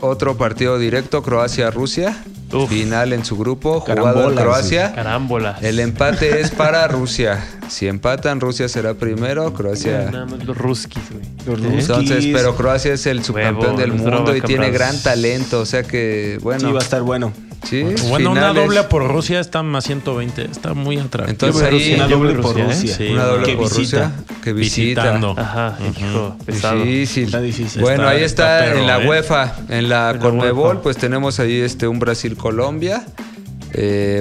D: otro partido directo, Croacia-Rusia.
C: Uf.
D: Final en su grupo, jugado en
F: Carambolas,
D: Croacia.
C: Carámbola.
D: El empate es para Rusia. Si empatan, Rusia será primero, Croacia...
C: Nada más los ruskis, güey.
F: Los Ruskis,
D: Entonces, pero Croacia es el subcampeón
C: Huevo,
D: del
C: los
D: mundo y
C: Drobaka
D: tiene
C: Bravos.
D: gran talento, o sea que,
F: Sí,
D: bueno,
F: va a estar bueno.
D: sí,
E: Bueno, una
D: finales.
E: doble por Rusia está más 120. Está muy atractivo.
D: Entonces ahí,
F: Una
C: yo
F: doble
C: voy
F: por
C: Rusia, ¿eh?
F: Rusia.
E: Sí,
D: una doble
F: que
D: por
F: visita.
D: Rusia, que visita.
E: Visitando.
C: Ajá, hijo, pesado.
D: Difícil.
F: Está difícil.
D: Bueno,
E: Está-
D: ahí está,
E: está perro,
D: en la
E: ¿eh?
D: UEFA, en la
C: En la
D: Conmebol,
C: UEFA.
D: pues tenemos ahí este un Brasil Colombia,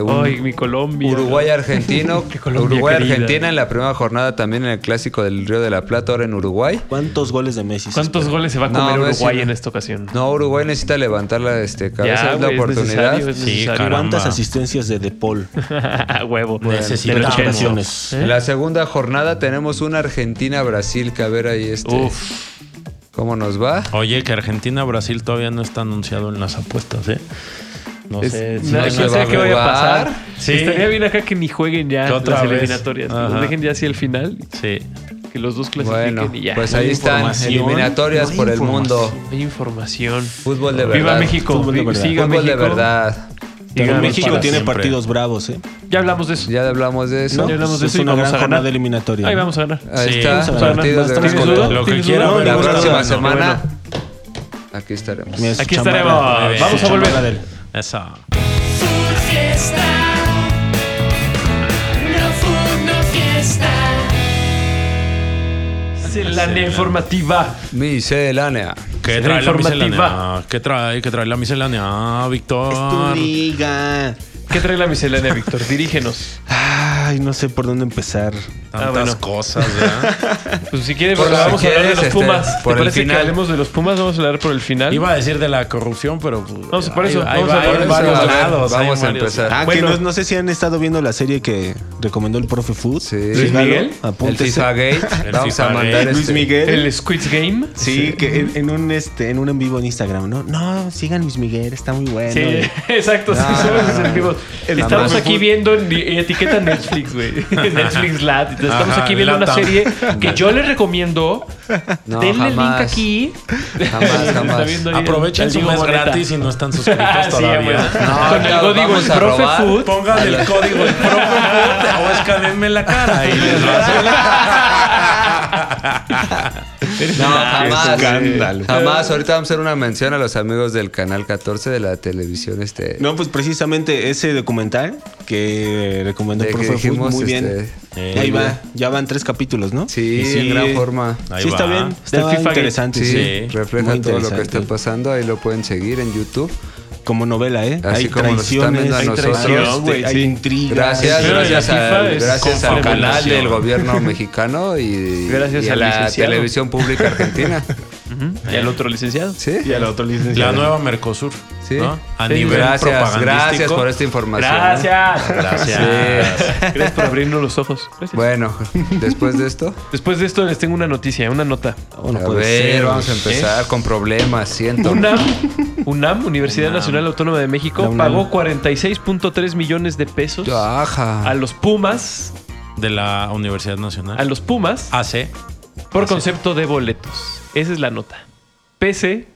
D: un
C: Ay, mi Colombia.
D: Uruguay argentino,
C: Qué Colombia
D: Uruguay
C: querida.
D: Argentina en la primera jornada también en el clásico del Río de la Plata ahora en Uruguay.
F: ¿Cuántos goles de Messi? se
C: ¿Cuántos
F: esperan?
C: goles se va a
D: No,
C: comer
D: no es
C: Uruguay
D: cierto.
C: en esta ocasión?
D: No, Uruguay necesita levantar la este, cabeza, es la
C: güey,
D: oportunidad.
C: necesario, es
E: Sí,
C: necesario.
E: caramba.
F: ¿Cuántas asistencias de
C: [LAUGHS]
F: De Paul?
C: A huevo.
E: Necesitamos.
C: Del 80.
F: Ocasiones.
D: En la segunda jornada tenemos una Argentina-Brasil que a ver ahí este,
C: Uf,
D: cómo nos va.
E: Oye, que Argentina-Brasil todavía no está anunciado en las apuestas, ¿eh? No
C: es-
E: sé.
C: no,
D: no
C: no
D: se
C: sé
D: va a
C: qué vaya a
D: jugar.
C: pasar.
E: Sí.
C: Estaría bien acá que ni jueguen ya
E: Que otra
C: las
E: vez.
C: eliminatorias. Que los
E: Ajá.
C: dejen ya hacia el final.
E: Sí.
C: Que los dos clasifiquen
D: Bueno,
C: y ya.
D: pues
C: No hay
D: ahí están
C: información.
D: eliminatorias
F: no hay
D: por el mundo.
C: No Hay información.
D: Fútbol de verdad.
C: Viva México.
F: Fútbol de
C: vi-
F: verdad.
C: Siga
D: Fútbol de
C: México.
D: verdad.
C: Siga
F: Pero
E: Ganamos
F: México
E: para
F: tiene
E: siempre.
F: partidos bravos, ¿eh?
C: Ya hablamos de eso.
D: Ya hablamos de eso.
F: ¿No?
C: Ya hablamos de
F: es
C: eso y
F: una
C: vamos
F: gran
C: a ganar.
F: jornada eliminatoria.
C: Ahí vamos a ganar.
D: Ahí
E: Sí,
D: está,
E: vamos a
F: ver,
D: partidos
F: más
D: de gran
F: tres
C: ¿Tienes
F: con
C: duda?
F: todo.
E: Lo que
C: ¿Tienes
E: quiera,
C: duda?
E: a ver,
D: La
E: Bueno,
D: próxima
E: bueno.
D: semana aquí estaremos.
F: Mira, es
C: Aquí
F: chambala.
C: estaremos.
F: Muy bien.
C: Vamos a volver.
F: Chambala de él.
E: Esa.
A: Food Fiesta. No food, no fiesta.
C: Es La informativa.
D: Miscelánea.
E: ¿Qué
C: Será
E: trae la
C: informativa.
E: miscelánea? ¿Qué trae? ¿Qué trae la miscelánea? Ah, Víctor.
F: Es tu liga.
C: ¿Qué trae la miscelánea, Víctor? Dirígenos.
F: Ay, no sé por dónde empezar.
E: Tantas
C: Ah, bueno.
E: cosas, ¿eh? ¿verdad?
C: Pues si quieres,
D: Por
C: vamos
D: si
C: a hablar de
D: quieres,
C: los
D: este,
C: Pumas. ¿Te
D: por el
C: parece
D: final.
C: que hablemos de los Pumas? Vamos a hablar por el final.
E: Iba a decir de la corrupción, pero. pues,
C: Vamos, por
E: ahí-
C: eso,
E: ahí
C: vamos
E: va,
C: a
E: hay
C: ver,
D: vamos
E: varios
D: a ver,
E: lados, hay
D: vamos a
E: varios-
D: empezar.
F: Ah,
C: Bueno.
F: que no, no sé si han estado viendo la serie que recomendó el profe Food.
D: Sí.
C: Luis Miguel.
D: El
F: Apúntese.
D: FIFA Gate.
E: El
D: Vamos
E: FIFA
D: a mandar
E: Gate.
F: Luis
D: este-
F: Miguel.
C: El Squid Game.
F: Sí, que en, en un este, en un en vivo en Instagram, ¿no? No, sigan Luis Miguel, está muy bueno.
C: Sí, [LAUGHS] exacto. sí,
D: Ah,
C: somos los enemigos.
F: el
C: Estamos
F: amor.
C: aquí viendo en en etiqueta Netflix, güey. Netflix Lat. Estamos
E: Ajá,
C: aquí viendo una
E: Latam.
C: serie que yo les recomiendo.
D: No,
C: Denle el link
D: jamás.
C: aquí. [LAUGHS]
D: Jamás, jamás.
E: Aprovechen su mes gratis y no están
C: [LAUGHS]
E: suscritos [LAUGHS] todavía.
D: No,
C: Con el
D: claro,
C: código el
D: vamos a
C: profe
D: robar.
C: food.
E: Pongan el código el profe Food o escanenme la cara y les va
D: [LAUGHS]
E: a
D: No, jamás.
F: escándalo.
D: Jamás. Ahorita vamos a hacer una mención a los amigos del canal 14 de la televisión. Este,
F: No, pues precisamente ese documental que recomendó
D: de
F: el
D: que
F: profe Food,
D: dijimos,
F: muy bien.
D: este,
E: Eh,
F: Ahí va, ya van tres capítulos, ¿no?
D: Sí,
F: Y
D: en gran forma.
E: Ahí
F: sí, está
E: va.
F: bien. Está
C: Del FIFA
F: interesante.
D: Sí,
E: Sí,
D: refleja
F: muy
D: todo lo que
F: interesante.
D: está pasando. Ahí lo pueden seguir en YouTube.
F: Como novela, ¿eh?
D: Así
F: hay
D: como nos están
F: traiciones,
D: viendo a
F: hay
D: nosotros,
F: traición, güey,
C: este,
F: hay
C: sí.
F: intrigas.
D: Gracias,
C: Pero la
D: gracias,
C: FIFA
D: al,
C: es
D: gracias al canal
E: confabulación.
D: del gobierno mexicano y,
C: Gracias
D: y a
C: al
D: la
C: licenciado.
D: televisión pública argentina.
C: Y al otro licenciado.
D: ¿Sí?
F: [LAUGHS] Y al otro
E: La
F: licenciado.
E: nueva Mercosur.
D: Sí.
E: ¿no? A
C: Sí,
E: nivel
D: Gracias,
E: propagandístico.
D: gracias por esta información. ¿eh?
C: Gracias.
E: Gracias.
C: Gracias por abrirnos los ojos. Gracias.
D: Bueno, [LAUGHS] después de esto,
C: Después de esto les tengo una noticia, una nota.
F: Oh, no
D: a
F: puede
D: ver,
F: ser.
D: vamos a empezar con problemas, siento.
C: UNAM, UNAM Universidad Nacional Autónoma de México,
F: La UNAM.
C: pagó 46.3 millones de pesos a
D: Ajá.
C: los Pumas,
E: De la Universidad Nacional.
C: a los Pumas,
E: AC.
C: por concepto de boletos. Esa es la nota. Pese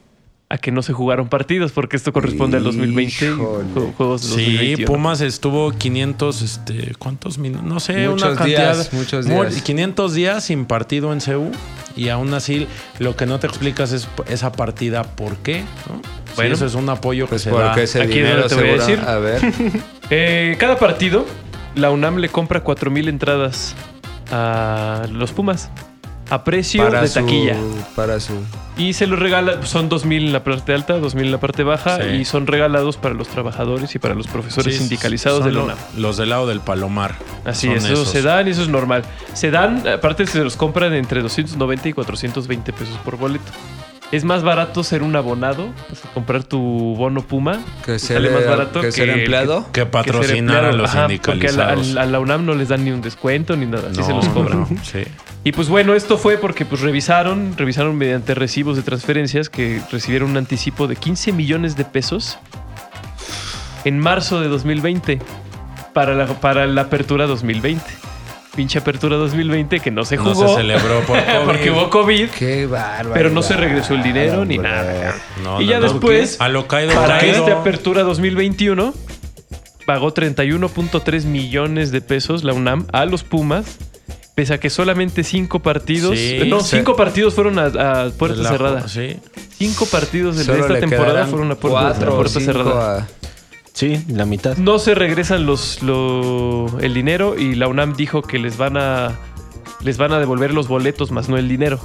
C: a que no se jugaron partidos, porque esto corresponde al 2020,
D: Híjole.
C: ju- juegos de
E: Sí,
C: 2021.
E: Pumas estuvo 500, este, ¿cuántos minutos? No sé, una
D: Muchos
E: cantidad.
D: días, muchos
E: mu-
D: días.
E: 500 días sin partido en CU y aún así lo que no te explicas es p- esa partida por qué, ¿no? Si
C: Bueno.
E: eso es un apoyo que
D: Pues
E: se
D: porque
E: da.
D: ese
C: Aquí es
D: dinero
C: donde te voy a decir.
D: seguro- A ver,
C: [LAUGHS] Eh, cada partido, la UNAM le compra 4.000 entradas a los Pumas. a precio de
D: su-
C: taquilla.
D: Para su.
C: Y se los regala, son 2.000 en la parte alta, 2.000 en la parte baja
E: Sí.
C: y son regalados para los trabajadores y para los profesores
E: Sí,
C: sindicalizados
E: son
C: de la
E: lo-
C: UNAM.
E: Los del lado del Palomar.
C: Así
E: Son
C: es, eso
E: esos.
C: se dan y eso es normal. Se dan, aparte se los compran entre 290 y 420 pesos por boleto. Es más barato ser un abonado, o sea, comprar tu bono Puma.
D: Que
C: te
D: ser, eh, que ser empleado.
E: Que
C: que ser
E: patrocinar a
C: empleado.
E: los
C: Ajá, Porque a la,
E: sindicalizados.
C: a la UNAM no les dan ni un descuento ni nada, así se
E: No,
C: los cobran. [LAUGHS]
E: no, sí.
C: Y pues bueno, esto fue porque pues revisaron, revisaron mediante recibos de transferencias que recibieron un anticipo de 15 millones de pesos en marzo de 2020 para la, para la apertura 2020. Pinche apertura 2020 que no se
E: No
C: jugó
E: se celebró por
C: [LAUGHS]
E: COVID.
C: porque hubo COVID,
D: Qué bárbaro.
C: pero no se regresó el dinero ni
D: hombre.
C: nada.
E: No,
C: y
E: no,
C: ya
E: no.
C: después,
E: A lo caído
C: para
E: traído.
C: esta este apertura 2021 pagó 31.3 millones de pesos la UNAM a los Pumas, pese a que solamente cinco partidos,
E: Sí,
C: no,
E: se-
C: cinco partidos fueron a, a puerta
E: La-
C: cerrada.
E: Sí.
C: Cinco partidos de
D: Solo
C: esta
D: le
C: temporada
D: quedarán
C: fueron a puerta,
D: cuatro
C: a
D: o
C: puerta
D: cinco
C: cerrada.
D: a-
F: Sí, la mitad.
C: No se regresan los lo- el dinero y la UNAM dijo que les van a les van a devolver los boletos más no el dinero.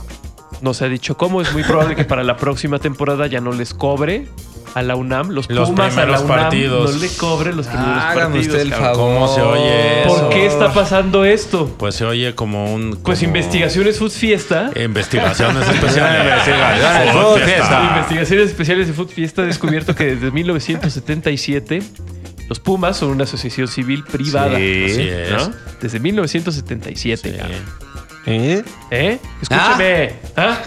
C: No se ha dicho cómo, es muy probable que para la próxima temporada ya no les cobre a la UNAM los,
E: Los
C: Pumas a la
E: primeros
C: UNAM
E: partidos.
C: no le cobre
D: Ah,
C: los primeros
D: Hágame
C: partidos.
D: usted el
C: cabrón.
D: favor.
E: ¿Cómo se oye
C: ¿Por
E: eso?
C: qué está pasando esto?
E: Pues se oye como un.
C: Pues
E: como-
C: investigaciones Food Fiesta.
E: Investigaciones especiales.
D: Investigaciones,
E: Food
D: Food
E: Fiesta.
D: Fiesta.
C: Investigaciones especiales de Food Fiesta ha descubierto que desde 1977 los Pumas son una asociación civil privada.
E: Así es.
C: ¿no? Desde 1977. cabrón.
F: ¿Eh?
C: ¿Eh? Escúchame. ¿Ah?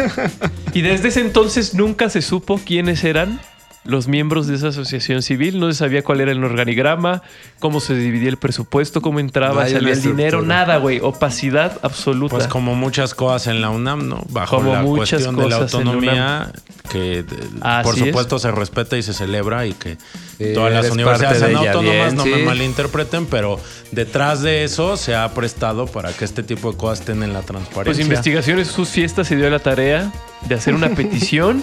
C: Y desde ese entonces nunca se supo quiénes eran los miembros de esa asociación civil. No se sabía cuál era el organigrama, cómo se dividía el presupuesto, cómo
D: No
C: entraba,
D: hay
C: salía
D: una
C: el dinero,
D: estructura.
C: nada, güey. Opacidad absoluta.
E: Pues como muchas cosas en la UNAM, ¿no? Bajo
C: Como
E: la
C: muchas
E: cuestión de la
C: cosas en la
E: autonomía, que eh,
C: Así
E: por
C: es.
E: supuesto se respeta y se celebra y que
D: Sí,
E: todas las
D: eres
E: universidades
D: parte de
E: sean
D: ella,
E: autónomas,
D: bien,
E: no
D: sí.
E: me malinterpreten, pero detrás de eso se ha prestado para que este tipo de cosas estén en la transparencia.
C: Pues investigaciones sus fiestas se dio a la tarea de hacer
E: [LAUGHS]
C: una petición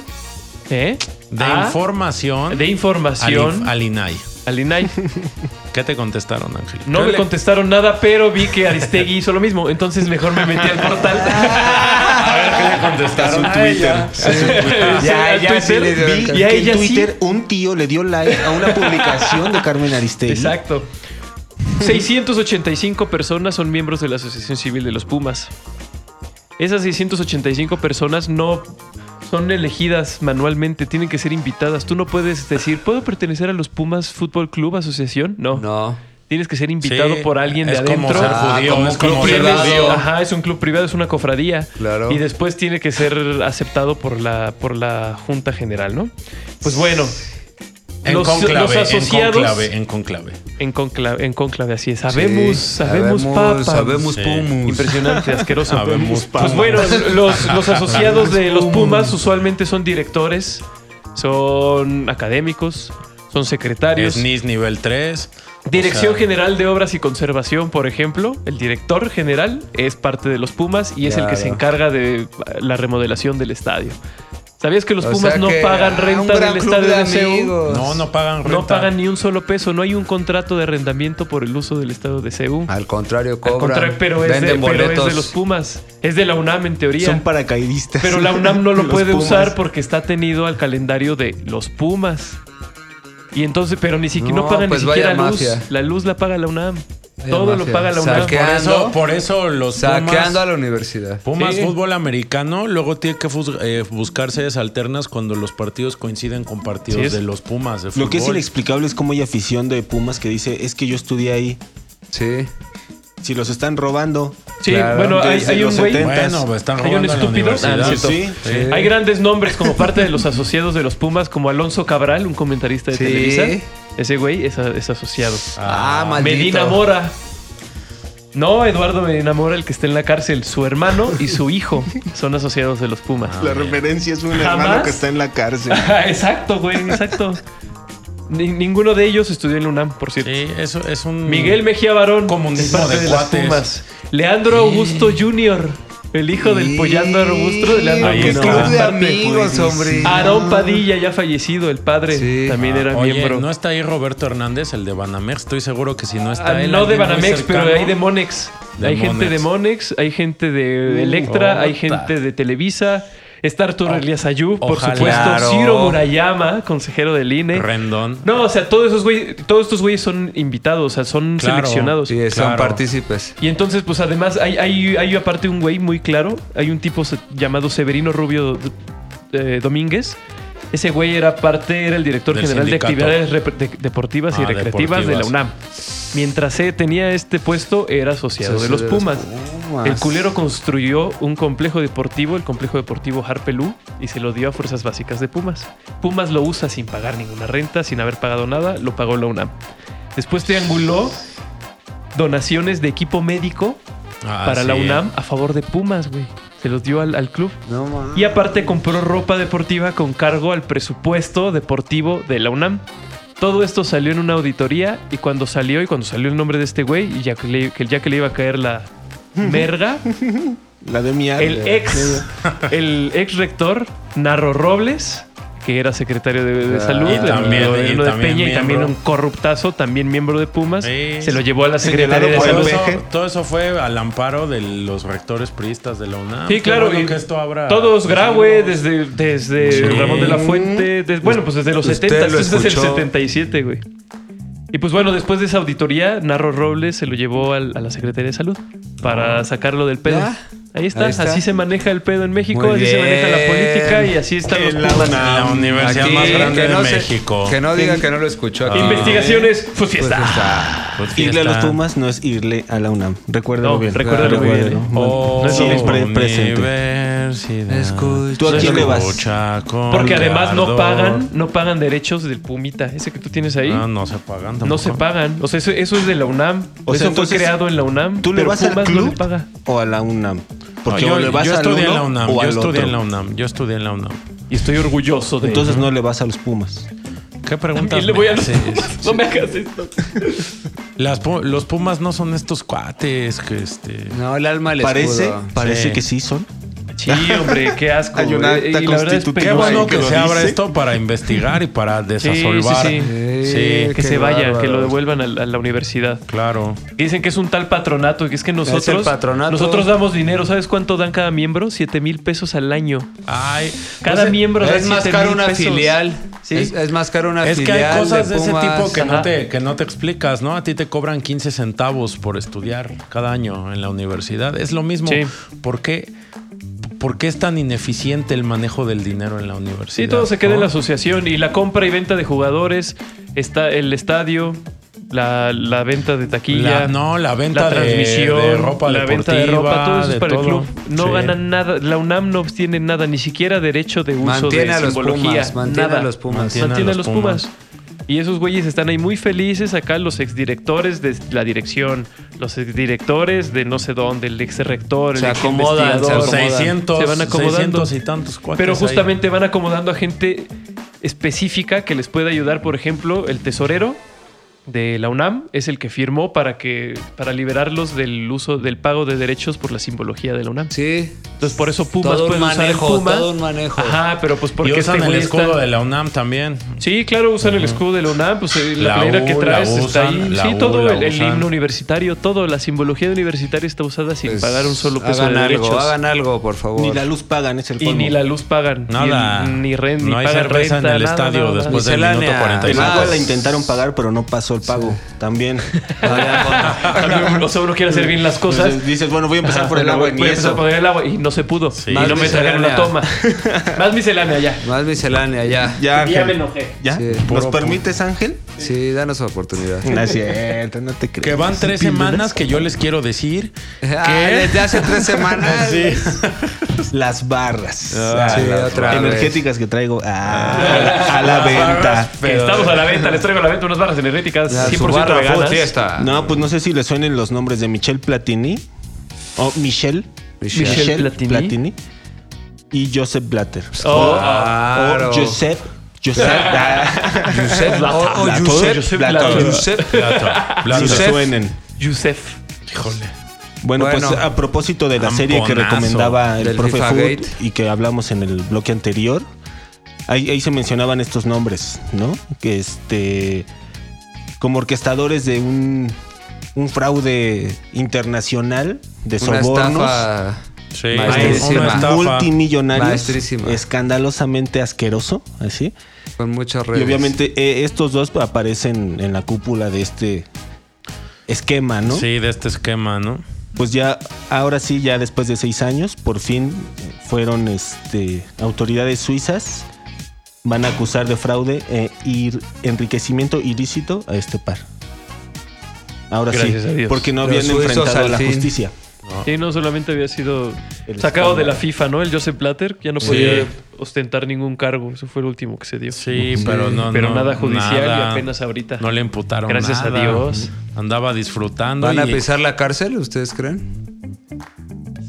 C: ¿eh?
E: De
C: A-
E: información.
C: de
E: al,
C: información
E: IF- al INAI.
C: al INAI.
E: [LAUGHS] ¿Qué te contestaron, Ángel?
C: No me contestaron nada, pero vi que Aristegui hizo lo mismo. Entonces mejor me metí al portal.
E: [LAUGHS] A ver,
D: [LAUGHS]
E: ¿qué le contestaron?
D: A su Twitter. A su Twitter.
C: [LAUGHS] Sí, al Twitter
D: le dieron
C: vi-
D: ca-
C: Y a
F: que
C: ella
F: en
C: sí.
F: Twitter un tío le dio like a una publicación de Carmen Aristegui.
C: Exacto. 685 personas son miembros de la Asociación Civil de los Pumas. Esas 685 personas no son elegidas manualmente, tienen que ser invitadas. Tú no puedes decir, ¿puedo pertenecer a los Pumas Fútbol Club Asociación? No.
D: No.
C: Tienes que ser invitado
E: Sí,
C: por alguien de
E: es como
C: adentro.
E: ser
D: Ah,
E: judío,
D: como
E: es
D: un
E: como
D: club
E: ser
D: privado.
E: judío.
C: Ajá, es un club privado, es una cofradía.
D: Claro.
C: Y después tiene que ser aceptado por la, por la Junta General, ¿no? Pues bueno,
E: En
C: Los-
E: conclave,
C: los asociados-
E: en conclave, en conclave.
C: en conclave, en conclave así es. Sabemos,
D: Sí,
C: sabemos, papa.
D: Sabemos
E: Sí.
D: pumus. [LAUGHS]
C: Impresionante, asqueroso.
E: Sabemos
C: pues
E: Pumas.
C: bueno, los, los asociados de los Pumas usualmente son directores, son académicos, son secretarios.
E: SNIS nivel 3.
C: Dirección General de Obras y Conservación, por ejemplo, el director general es parte de los Pumas y es el que se
D: Claro.
C: encarga de la remodelación del estadio. ¿Sabías que los
D: O
C: Pumas
D: sea
C: no
D: que,
C: pagan
D: ah,
C: renta
D: un gran
C: del
D: club
C: estadio de, CU?
D: amigos.
E: No, no pagan renta.
C: No pagan ni un solo peso, no hay un contrato de arrendamiento por el uso del estadio de CEU.
D: Al contrario,
C: Al
D: Ah, cobran.
C: contrario, pero es, de,
D: venden
C: pero es
D: boletos.
C: de los Pumas. Es de la UNAM en teoría.
F: Son paracaidistas.
C: Pero la UNAM
D: [LAUGHS]
C: no lo
F: [LAUGHS] Los
C: puede
F: Pumas.
C: usar porque está atenido al calendario de los Pumas. Y entonces, pero ni siquiera no,
D: No,
C: pagan
D: pues
C: ni siquiera
D: vaya
C: luz.
D: mafia.
C: La luz la paga la UNAM.
D: Vaya
C: Todo lo
D: mafia.
C: paga la UNAM.
E: Por
D: Saqueando.
E: eso, por eso los
D: Saqueando a
E: Pumas,
D: la universidad.
E: Pumas
C: Sí.
E: fútbol americano luego tiene que fus- eh, buscarse esas alternas cuando los partidos coinciden con
C: Sí
E: partidos
C: es.
E: de los Pumas de fútbol.
F: Lo que es inexplicable es cómo hay afición de Pumas que dice, es que yo estudié ahí.
D: Sí.
F: Si los están robando.
C: Sí,
D: Claro.
C: bueno, hay,
F: Desde
C: hay un
F: los
C: güey.
F: 70.
E: Bueno, pues están
C: Hay un
E: robando a la
C: estúpido.
E: universidad.
C: Ah, no
F: es cierto.
E: Sí.
D: Sí.
C: Hay grandes nombres como parte de los asociados de los Pumas, como Alonso Cabral, un comentarista de
D: Sí.
C: Televisa. Ese güey es, a- es asociado.
D: Ah, maldito.
C: Medina Mora. No, Eduardo Medina Mora, el que está en la cárcel. Su hermano y su hijo son asociados de los Pumas.
F: La referencia es un
C: Jamás.
F: Ah. hermano que está en la cárcel.
C: Ajá, [LAUGHS] exacto, güey, exacto. Ni- ninguno de ellos estudió en la UNAM, por cierto.
E: Sí, eso es un...
C: Miguel Mejía Barón,
E: Comunismo
C: es parte
E: de
C: de las
E: cuates.
C: Pumas. Leandro Augusto Jr., el hijo del pollando Augusto de Leandro
E: Ahí
D: Qué
E: está.
C: Augusto.
D: club de
C: Parte-
D: amigos, hombre.
C: Aarón Padilla, ya fallecido, el padre
D: Sí.
C: también era
E: Oye,
C: miembro.
E: ¿no está ahí Roberto Hernández, el de Banamex? Estoy seguro que si no está
C: Ah,
E: él...
C: no de
E: alguien muy
C: Banamex, pero
E: cercano.
C: ahí de Monex. hay gente de Monex, hay gente
E: Uh,
C: de Electra, hay gente de Televisa. Está Arturo Elías Ayú, por
E: ojalá.
C: supuesto.
E: Claro.
C: Ciro Murayama, consejero del INE.
E: Rendón.
C: No, o sea, todos esos güey- todos estos güeyes son invitados, o sea, son
E: Claro.
C: seleccionados.
D: Sí, son
E: Claro.
D: partícipes.
C: Y entonces, pues además, hay, hay, hay aparte un güey muy claro. Hay un tipo se- llamado Severino Rubio eh, Domínguez. Ese güey era parte, era el director
E: Del
C: general
E: sindicato.
C: de actividades rep- de- deportivas y
E: Ah,
C: recreativas de la
E: deportivas.
C: UNAM. Mientras eh, tenía este puesto, era asociado de los Pumas. El culero construyó un complejo deportivo, el complejo deportivo Harpelú, y se lo dio a Fuerzas Básicas de Pumas. Pumas lo usa sin pagar ninguna renta, sin haber pagado nada, lo pagó la UNAM. Después trianguló donaciones de equipo médico
E: Ah,
C: para
E: sí.
C: la UNAM a favor de Pumas, güey. Se los dio al, al club.
D: No mames.
C: Y aparte compró ropa deportiva con cargo al presupuesto deportivo de la UNAM. Todo esto salió en una auditoría y cuando salió y cuando salió el nombre de este güey y ya que le, que ya que le iba a caer la merga,
F: La de mi
C: el
F: área.
C: ex, el ex rector Narro Robles, que era secretario de, de
D: Ah,
C: salud
D: y
C: del
E: también-
C: gobierno
E: y
C: de
E: también
C: Peña y también
E: miembro.
C: un corruptazo, también miembro de Pumas,
E: Sí.
C: se lo llevó a la
F: Señalado
C: secretaría de
F: por el
C: salud.
E: Todo
F: Pues,
E: eso,
F: veje.
E: todo eso fue al amparo de los rectores priistas de la
D: Ah,
E: UNAM.
C: Sí,
E: Qué
C: claro.
E: bueno
C: y
E: que esto abra-
C: Todos Graue, desde, desde
E: Sí.
C: Ramón de la Fuente. des- bueno, pues desde los
D: Usted
C: 70.
D: lo
C: Esto es el
D: escuchó.
C: 77, güey. Y pues bueno, después de esa auditoría, Narro Robles se lo llevó al- a la Secretaría de Salud para sacarlo del pedo.
D: Ah. Ya.
C: Ahí está,
D: Ahí está.
C: así se maneja el pedo en México,
D: Muy
C: así se maneja la
D: bien.
C: política y así están los
E: la
C: Pumas.
E: La universidad
D: Aquí,
E: más grande
D: que no
E: de
D: se-
E: México.
D: Que no diga que no lo escuchó aquí.
C: Investigaciones, pues
D: Pues
C: fiesta.
D: está.
E: Pues sí
F: Irle a los
E: está.
F: Pumas no es irle a la UNAM. Recuérdalo
C: No,
F: bien.
C: recuérdalo
F: Claro,
C: bien,
F: recuérdalo.
C: ¿eh?
E: Oh,
C: No es
F: siempre
E: universidad.
F: eh, presente.
D: Escucha.
F: ¿Tú a quién le vas?
E: Escucha con
C: Porque además no
E: ardor.
C: pagan, no pagan derechos del Pumita, ese que tú tienes ahí.
E: Ah, no se pagan.
C: No
E: tampoco.
C: se pagan. O sea, eso, eso es de la UNAM.
F: O sea,
C: eso fue
F: entonces,
C: creado en la UNAM.
F: ¿Tú le
C: pero
F: vas
C: Pumas
F: al
C: no le
F: club
C: paga.
F: o a la UNAM? Porque
E: yo,
F: o le vas
E: yo
F: al
E: estudié en la
F: uno
E: UNAM.
F: o
E: Yo
F: al
E: estudié
F: otro.
E: en la UNAM. Yo estudié en la UNAM.
C: Y estoy orgulloso de
F: Entonces no le vas a los Pumas.
E: ¿Qué preguntas?
C: [LAUGHS] Y le voy a
E: me
C: los
E: haces?
C: Pumas. [LAUGHS] No me hagas esto.
E: Las pu- los Pumas no son estos cuates que este.
D: No, el alma les
F: Parece,
D: pudo.
F: parece
E: Sí.
F: que sí son.
C: Sí, hombre, qué asco.
F: Hay una
C: güey.
F: acta
C: Y la verdad es
F: constitutiva
E: Qué
C: penoso.
E: bueno
F: ahí
E: que,
F: que lo
E: se abra
F: dice.
E: esto para investigar y
C: [LAUGHS]
E: para
C: Sí, sí,
E: desasolvar.
C: sí.
E: Sí,
C: Que
D: qué
C: se vaya, que lo
D: bárbaros.
C: devuelvan a la, a la universidad.
E: Claro.
C: Dicen que es un tal patronato, que es que nosotros,
D: el patronato.
C: nosotros damos dinero. ¿Sabes cuánto dan cada miembro? Siete mil pesos al año.
E: Ay,
C: Cada
E: pues,
C: miembro da
D: Es más
C: siete
D: caro
C: mil
D: una
C: pesos.
D: filial.
C: Sí.
D: Es, es más caro una
E: Es que
D: filial.
E: hay cosas de, ese
D: Pumas.
E: tipo que
C: Ajá.
E: no, te, que no te explicas, ¿no? A ti te cobran 15 centavos por estudiar cada año en la universidad. Es lo mismo.
C: Sí.
E: ¿Por qué, por qué es tan ineficiente el manejo del dinero en la universidad?
C: Sí, todo se queda
E: ¿no?
C: en la asociación y la compra y venta de jugadores, está el estadio, la, la venta de taquilla.
E: La- no, la venta
C: la
E: de-
C: transmisión,
E: de ropa
C: la venta de
E: deportiva,
C: ropa, todo eso es
E: de
C: para el
E: todo.
C: club. No
E: Sí.
C: ganan nada, la UNAM no obtiene nada, ni siquiera derecho de uso
D: Mantiene
C: de
D: a los
C: simbología,
D: Pumas, mantiene
C: nada.
D: a los Pumas.
C: Mantiene, a los Pumas.
E: Pumas.
C: Y esos güeyes están ahí muy felices acá, los exdirectores de la dirección, los exdirectores de no sé dónde, el exrector, el
D: Se acomodan, se
C: exinvestigador.
D: acomodan.
E: 600,
C: Se van acomodando.
E: 600 y tantos cuates
C: Pero
E: ahí.
C: justamente van acomodando a gente específica que les puede ayudar, por ejemplo, el tesorero de la UNAM es el que firmó para que para liberarlos del uso del pago de derechos por la simbología de la UNAM.
D: Sí.
C: Entonces por eso Pumas
D: Todo un
C: puede usar el
D: manejo,
C: Puma.
D: todo un manejo.
C: Ajá, pero pues porque
E: y usan
C: este
E: el
C: güey
E: escudo
C: está-
E: de la UNAM también.
C: Sí, claro, usan el escudo de la UNAM, pues eh, la,
E: La
C: playera
E: U,
C: que traes
E: la
C: está
E: usan,
C: ahí.
E: la
C: Sí,
E: U,
C: todo
E: la
C: el, el
E: usan.
C: himno universitario, todo, la simbología universitaria está usada sin
D: Pues,
C: pagar un solo peso
D: hagan
C: de
D: algo,
C: derechos.
D: Hagan algo, por favor.
F: Ni la luz pagan, es el
C: Y
F: colmo.
C: ni la luz pagan.
E: Pues Nada.
C: Ni, ni renta, ni
E: No hay
C: pagan
E: cerveza
C: renta,
E: en el
C: nada,
E: estadio
C: nada,
E: después
C: nada.
E: del minuto
D: Miscelánea.
E: 45.
F: El
D: Ah,
F: agua la
D: pues.
F: intentaron pagar, pero no pasó el pago.
D: [LAUGHS]
F: También.
C: O sea, uno quiere hacer bien las
E: Pues
C: cosas.
F: Entonces dices, bueno, voy a empezar por el
D: Ajá,
F: agua.
D: voy
F: Ni
C: Voy a empezar a
F: eso.
C: poner el agua y no se pudo. Y
D: Más
C: no me trajeron la
D: miscelánea.
C: toma. Más miscelánea ya.
D: Más miscelánea, ya.
F: Ya,
C: Ya me
F: Ángel.
C: enojé.
F: ¿Ya?
D: Sí.
F: ¿Nos
E: Puro
F: permites, Ángel?
D: Sí, danos oportunidad.
F: No es cierto, no te creo.
E: Que van tres semanas que yo les quiero decir.
D: Ah, desde
C: [LAUGHS]
D: hace tres semanas.
E: Sí.
F: [LAUGHS] Las barras.
D: Ah, sí,
F: las
D: otra
F: barras.
D: vez.
F: energéticas que traigo ah, a la- a la venta.
C: Que estamos a la venta, les traigo a la venta unas barras energéticas
D: Ya, su
C: 100%
D: barra fue
C: veganas.
D: fiesta.
F: No, pues no sé si le suenen los nombres de Michel Platini o Michel,
D: Michel
C: Platini.
F: y Joseph Blatter.
C: Oh, ah,
D: Claro.
F: O Joseph. Joseph. ah,
D: Josep. O- o
F: Blatter.
D: Josep.
C: Josep
F: Blatter.
C: Blatter.
D: Josep.
E: Plato, plato.
F: Si le
D: Joseph.
F: suenen.
C: Yusef.
E: Híjole.
F: Bueno,
D: Bueno.
F: pues a propósito de la serie que
E: Tamponazo
F: recomendaba el
D: del
F: profe
D: FIFA
F: Food
D: Gate.
F: y que hablamos en el bloque anterior, ahí, ahí se mencionaban estos nombres, ¿no? Que este. como orquestadores de un un fraude internacional de
D: Una
F: sobornos. Este,
D: estafa
E: Sí,
D: Maestrísima.
E: una estafa.
F: multimillonarios,
D: Maestrísima.
F: escandalosamente asqueroso, así.
D: con muchas redes.
F: Y obviamente eh, estos dos aparecen en la cúpula de este esquema, ¿no?
E: Sí, de este esquema, ¿no?
F: Pues ya, ahora sí, ya después de seis años, por fin eh, fueron este, autoridades suizas, van a acusar de fraude eh, y enriquecimiento ilícito a este par. Ahora
C: Gracias
F: sí,
C: a Dios.
F: porque no
D: Los
F: habían
D: suizos
F: enfrentado a
D: al
F: la
D: fin.
F: justicia.
C: Y no solamente había sido
F: El
C: sacado
F: escándalo.
C: de la FIFA, ¿no? El Joseph Platter ya no
E: Sí.
C: podía ostentar ningún cargo. Eso fue el último que se dio.
E: Sí, pero no.
C: Pero
E: no,
C: nada judicial
E: nada.
C: y apenas ahorita.
E: No le imputaron
C: Gracias a
E: nada.
C: Dios.
E: Andaba disfrutando.
D: ¿Van a
E: y
D: pisar la cárcel, ustedes creen?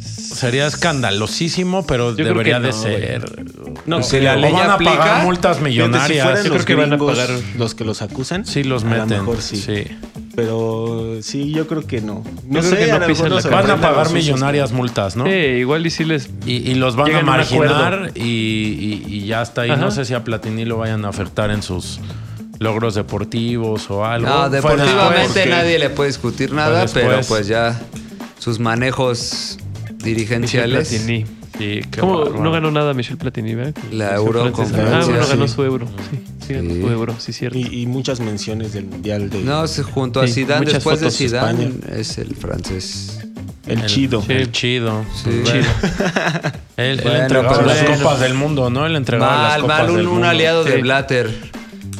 E: Sería escandalosísimo, pero
C: creo
E: debería
C: que
E: de
C: no,
E: ser.
C: No,
D: Si
C: creo.
D: la
E: O
D: ley
E: van a
D: aplica,
E: pagar multas
F: Fíjate, si
E: millonarios.
F: fueran
C: Yo
F: los
C: creo que van a
F: gringos
C: pagar-
F: los que los acusan,
E: Sí, los
F: A
E: meten.
F: lo mejor sí.
E: sí.
F: Pero sí, yo creo que no. No
C: creo
F: sé,
C: que no
F: a lo mejor
C: pisan la cárcel.
F: nos
E: Van a
F: sorprenden
E: pagar
F: los suizos.
E: millonarias multas, ¿no?
C: Sí, igual y sí les.
E: Y, y los van
C: Llegan a
E: a
C: un
E: marginar
C: acuerdo.
E: y, y- y ya está ahí.
C: Ajá.
E: No sé si a Platini lo vayan a afectar en sus logros deportivos o algo.
D: No,
E: Fue
D: Ah, deportivamente
E: después.
D: nadie le puede discutir nada,
E: después.
D: pero pues ya sus manejos
C: Michel
D: dirigenciales.
C: Platini.
E: Sí, qué
C: ¿Cómo
E: bárbaro.
C: no ganó nada Michel Platini, verdad? Selección
D: La Euro
C: francesa. Ah,
D: Conferencia,
C: bueno,
D: sí.
C: ganó su euro. Sí, sí ganó
D: Sí.
C: su euro, sí, cierto.
F: Y, y muchas menciones del mundial de
D: No, se junto a
C: Sí,
D: Zidane,
C: muchas
D: después de
C: fotos de
D: Zidane
F: España.
D: es el francés.
F: El Chido.
C: Sí.
E: El chido.
D: Sí.
E: Bueno. Él, él
D: Bueno,
E: entregaba
D: pero
E: las
D: bueno.
E: copas del mundo, ¿no? Él entregaba las
D: Mal,
E: copas
D: mal, un,
E: del
D: un
E: mundo.
D: aliado de
C: Sí.
D: Blatter.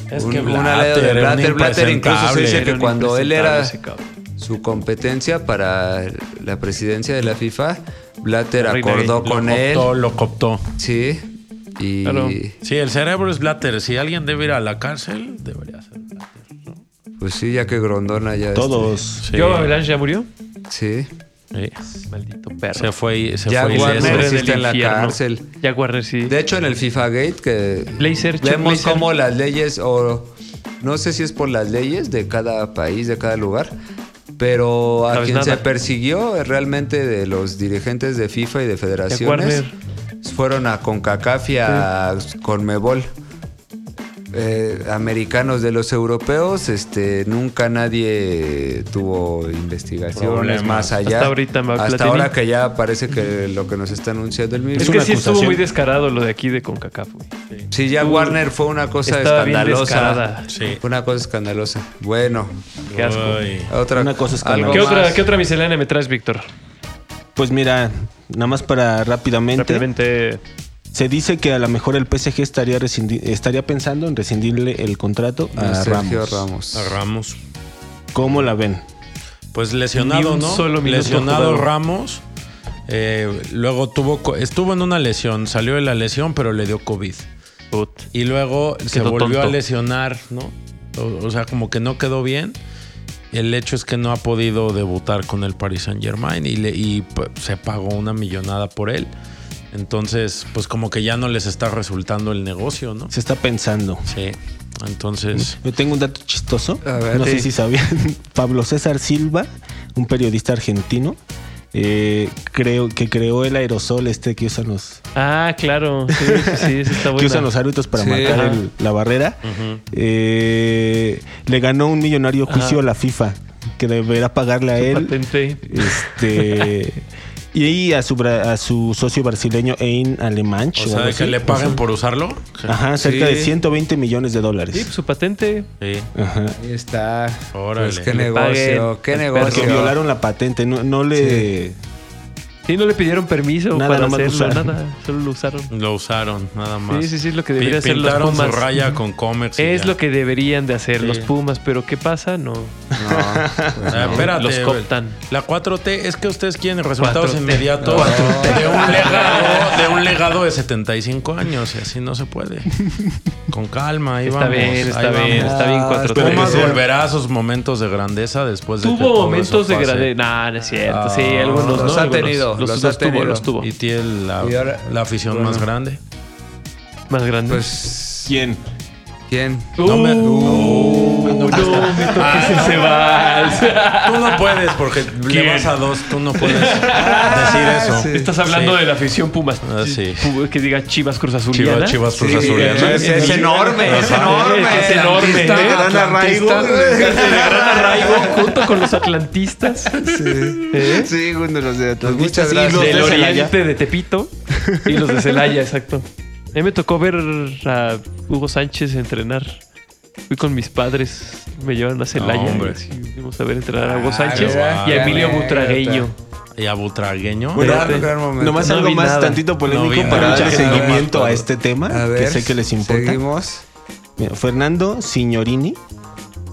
E: Es
D: un,
E: que
D: un
E: Blatter
D: aliado de
E: era un
D: Blatter. Blatter incluso se dice
E: impresentable.
D: que
C: Era
D: cuando él era
C: impresentable ese cabrón.
D: su competencia para la presidencia de la FIFA, Blatter
C: La reina
D: acordó
C: gay.
D: con
E: lo
D: él.
E: Coptó, lo coptó.
D: Sí. Y
C: Claro.
E: Sí, el cerebro es Blatter. Si alguien debe ir a la cárcel, debería ser Blatter.
D: pues sí, ya que Grondona
C: este,
D: ya.
F: Todos.
E: Sí.
C: ¿Yo Avalanche ya murió?
D: este, sí.
E: Sí.
C: Maldito perro.
E: Se fue y se
D: Ya
E: fue
D: Warner
E: ileso.
D: sí está en la cárcel.
C: Ya Warner sí.
D: De hecho, en el FIFA Gate que
C: Blazer, Chuck
D: vemos
C: Blazer.
D: cómo las leyes o no sé si es por las leyes de cada país, de cada lugar, pero a
C: Sabes
D: quien
C: nada.
D: se persiguió eh, realmente de los dirigentes de FIFA y de federaciones fueron a CONCACAF y a CONMEBOL. Eh, americanos de los europeos, este, nunca nadie tuvo investigaciones
E: Problemas.
D: más allá.
C: Hasta ahorita, Matt
D: Hasta
C: Platini.
D: ahora que ya parece que lo que nos está anunciando el mismo.
C: es
F: una
C: que sí estuvo
F: acusación.
C: muy descarado lo de aquí de CONCACAF, güey.
D: Sí, ya Warner fue una cosa
C: Estaba bien
D: escandalosa.
C: descarada.
E: Sí.
D: Fue una cosa escandalosa. Bueno,
C: Qué asco.
E: Ay.
D: otra
F: Una cosa escandalosa.
C: ¿Qué
D: algo
C: otra,
D: más.
C: ¿Qué otra miscelánea me traes, Víctor?
F: Pues mira, nada más para rápidamente.
C: Rápidamente.
F: Se dice que a lo mejor el PSG estaría, rescindi- estaría pensando en rescindirle el contrato a
D: Sergio Ah, Ramos.
F: Ramos.
E: A Ramos.
F: ¿Cómo la ven?
E: Pues lesionado,
C: Ni un
E: ¿no?
C: solo minuto
E: lesionado
C: jugado.
E: Ramos. Eh, luego tuvo co- estuvo en una lesión, salió de la lesión, pero le dio COVID.
C: Put.
E: Y luego se
C: Quedó
E: volvió
C: tonto.
E: a lesionar, ¿no? O, o sea, como que no quedó bien. El hecho es que no ha podido debutar con el Paris Saint Germain y, le- y, pues, se pagó una millonada por él. Entonces, pues como que ya no les está resultando el negocio, ¿no?
F: Se está pensando.
E: Sí. Entonces,
F: Yo tengo un dato chistoso.
D: A ver,
F: no sé
D: sí.
F: si sabían. [LAUGHS] Pablo César Silva, un periodista argentino, eh, creo que creó el aerosol este que usan los,
C: Ah, claro. Sí, sí, sí, esa está
F: que
C: buena.
F: usan los árbitros para
D: Sí,
F: marcar
C: ajá.
F: el- la barrera. Eh, le ganó un millonario
C: Ajá.
F: juicio a la FIFA que deberá pagarle a
C: Su
F: él.
C: patente.
F: Este. Y a su, bra- a su socio brasileño Ein Alemán.
E: o sea, de que le
F: pues
E: paguen por usarlo.
F: Ajá, cerca
D: Sí.
F: de 120 millones de dólares.
C: Sí, pues, su patente.
E: Sí.
F: Ajá.
D: Ahí está.
E: Órale.
D: Pues qué
E: Le
D: negocio,
C: paguen
D: qué
C: el
D: negocio.
F: Porque violaron la patente, no, no le...
C: Sí, no le pidieron permiso
F: Nada,
C: para
F: nomás lo
C: hacerlo,
F: usaron.
C: nada. Solo lo usaron.
E: Lo usaron, nada más.
C: Sí, sí, sí, es lo que debería
E: Pi-
C: hacer los
E: Pintaron su
C: Pumas.
E: raya con Comex. y
C: es
E: ya.
C: lo que deberían de hacer
E: Sí.
C: los Pumas, pero ¿qué pasa? No.
D: No, pues
E: Ah,
D: no.
E: espérate,
C: Los cooptan.
E: La 4T es que ustedes quieren resultados
C: 4T.
E: inmediatos de, un legado, de un legado de 75 años y así no se puede. Con calma, ahí
C: Está
E: vamos.
C: bien, está
E: ahí
C: bien,
E: vamos.
C: está bien
D: Ah,
C: cuatro
D: espero
E: Pumas
C: tres.
F: sea.
E: volverá a sus momentos de grandeza después de que
C: Tuvo
E: todo eso
C: momentos de
E: pase.
C: grande. Nah, no es cierto.
E: Ah,
C: sí, algunos
D: los
C: ¿no?
D: ha
C: Algunos.
D: tenido,
C: Los,
D: los
C: los,
D: ha
C: tuvo,
D: tenido.
C: los tuvo.
E: Y tiene la,
D: Y ahora-
E: la afición más grande.
C: Más grande.
D: Pues
F: ¿Quién?
D: ¿Quién?
E: No me-
C: no, no me toques ese vals.
E: Tú no puedes porque
C: ¿Quién?
E: le vas a dos. Tú no puedes decir eso.
D: sí.
C: Estás hablando
E: Sí.
C: de la afición Pumas.
E: Ah, sí.
C: Pu- Que diga Chivas Cruz Azul.
E: Chivas, Chivas Cruz Azuliana.
D: Sí, es, es enorme, es enorme.
C: Es enorme. ¿eh?
D: Atlantista,
C: De gran
D: Atlantista,
C: Gran arraigo junto con los atlantistas
E: ¿Eh?
D: Sí, sí, uno de los de Atlas.
F: Muchas
D: Muchas
F: gracias. Los
C: del
F: de Celaya.
C: oriente de Tepito y los de Celaya, exacto. A mí me tocó ver a Hugo Sánchez entrenar. Fui con mis padres, me llevaron a Celaya.
E: hombre.
C: y fuimos a ver entrenar a Hugo
D: Ah,
C: Sánchez
D: mira,
C: y a
D: qué
C: Emilio
D: anécdota.
C: Butragueño.
E: Y a Butragueño.
F: Bueno,
D: Gran,
C: Fíjate.
D: gran momento.
F: Nomás
C: No
F: algo
C: vi
F: más
C: nada.
F: tantito
E: No
F: polémico
E: vi
F: para
E: nada.
F: darle
E: Mucha gente.
F: seguimiento a este tema,
D: A ver,
F: que sé que les importa.
D: Seguimos.
F: Mira, Fernando Signorini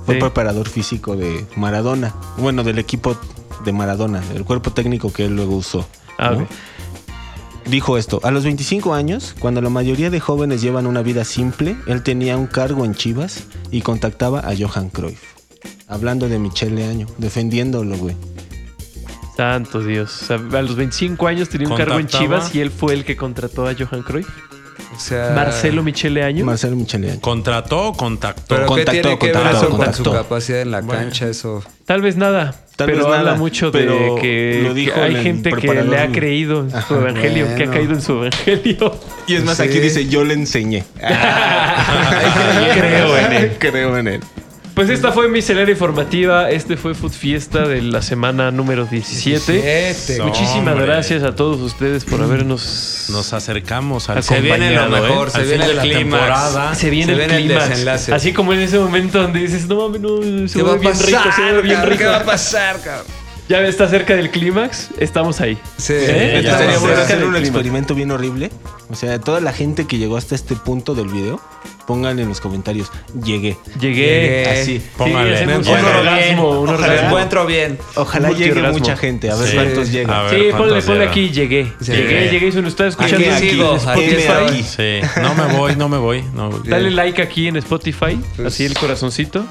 F: fue
C: Sí.
F: preparador físico de Maradona. Bueno, del equipo de Maradona, el cuerpo técnico que él luego usó.
C: Ah,
F: ¿no?
C: ok.
F: Dijo esto, a los 25 años, cuando la mayoría de jóvenes llevan una vida simple, él tenía un cargo en Chivas y contactaba a Johan Cruyff. Hablando de Michele Año, defendiéndolo, güey.
C: Santo Dios. O sea, a los 25 años tenía un cargo en
E: Contrataba.
C: Chivas y él fue el que contrató a Johan Cruyff.
D: O
F: Ah.
D: sea,
C: Marcelo Michele Año.
F: Marcelo Michele Año.
E: ¿Contrató o contactó?
D: Pero
F: Contactó,
D: ¿qué tiene que ver
F: contactó,
D: eso con
F: contactó.
D: su capacidad en la
E: Bueno.
D: cancha? Eso.
C: Tal vez nada.
F: Tal
C: pero
F: vez
C: habla
F: nada,
C: mucho
F: pero
C: de que,
F: lo dijo
C: que hay
F: el
C: gente que
F: preparador.
C: le
F: Ah,
C: ha creído en su evangelio, que ha
D: bueno.
C: caído en su evangelio.
F: Y es más,
D: Sí.
F: aquí dice, yo le [LAUGHS] enseñé.
C: Creo en él.
F: [LAUGHS] Creo en él.
C: Pues esta fue miscelánea informativa. Este fue Food Fiesta de la semana número 17.
D: 17.
C: Muchísimas
E: Hombre.
C: gracias a todos ustedes por habernos.
E: Nos acercamos al
C: Se viene lo
E: acompañado, ¿eh?
D: mejor, se
E: Al
D: viene
E: fin de
D: el
E: la
D: clímax.
E: temporada.
C: Ah, se viene
D: se
C: el
D: viene el
C: clímax.
D: desenlace.
C: Así como en ese momento donde dices, no mames, no, se
D: ¿Qué va
C: ve
D: a
C: bien
D: pasar?
C: rico, se ve bien
D: cabrón? ¿Qué va a
C: rico.
D: pasar, cabrón?
C: Ya está cerca del clímax, estamos ahí.
D: Sí,
C: ¿Eh?
D: ya
F: Estaría
D: va a
F: bueno
D: ser.
F: hacer un
C: Clima.
F: experimento bien horrible. O sea, toda la gente que llegó hasta este punto del video, pongan en los comentarios, llegué.
C: Llegué.
D: Llegué.
F: Así.
E: Póngale.
C: Sí, hacemos
E: Me
C: un
E: encuentro
C: orgasmo, un
D: Me
C: orgasmo.
D: encuentro bien.
F: Ojalá llegue
C: multiorgasmo.
F: mucha gente. A ver
E: Sí.
F: cuántos
E: A
F: llegan.
E: ver
C: Sí,
E: cuántos
C: ponle, ponle
E: llegan.
C: aquí, llegué.
D: Sí.
C: Llegué, llegué. Si nos estás escuchando
D: Aquí
C: aquí,
D: sigo,
C: en
D: aquí
C: Spotify,
D: estoy.
E: Sí, no me voy, no me voy. No.
C: dale like aquí en Spotify,
D: Pues-
C: así el corazoncito.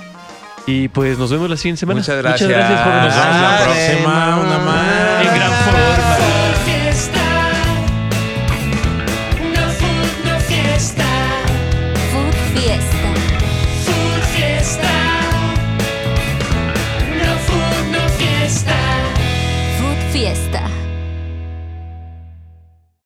C: Y pues nos vemos la siguiente semana.
D: Muchas gracias.
C: Muchas gracias por
E: Nos vemos
C: nosotros.
E: la próxima, una más.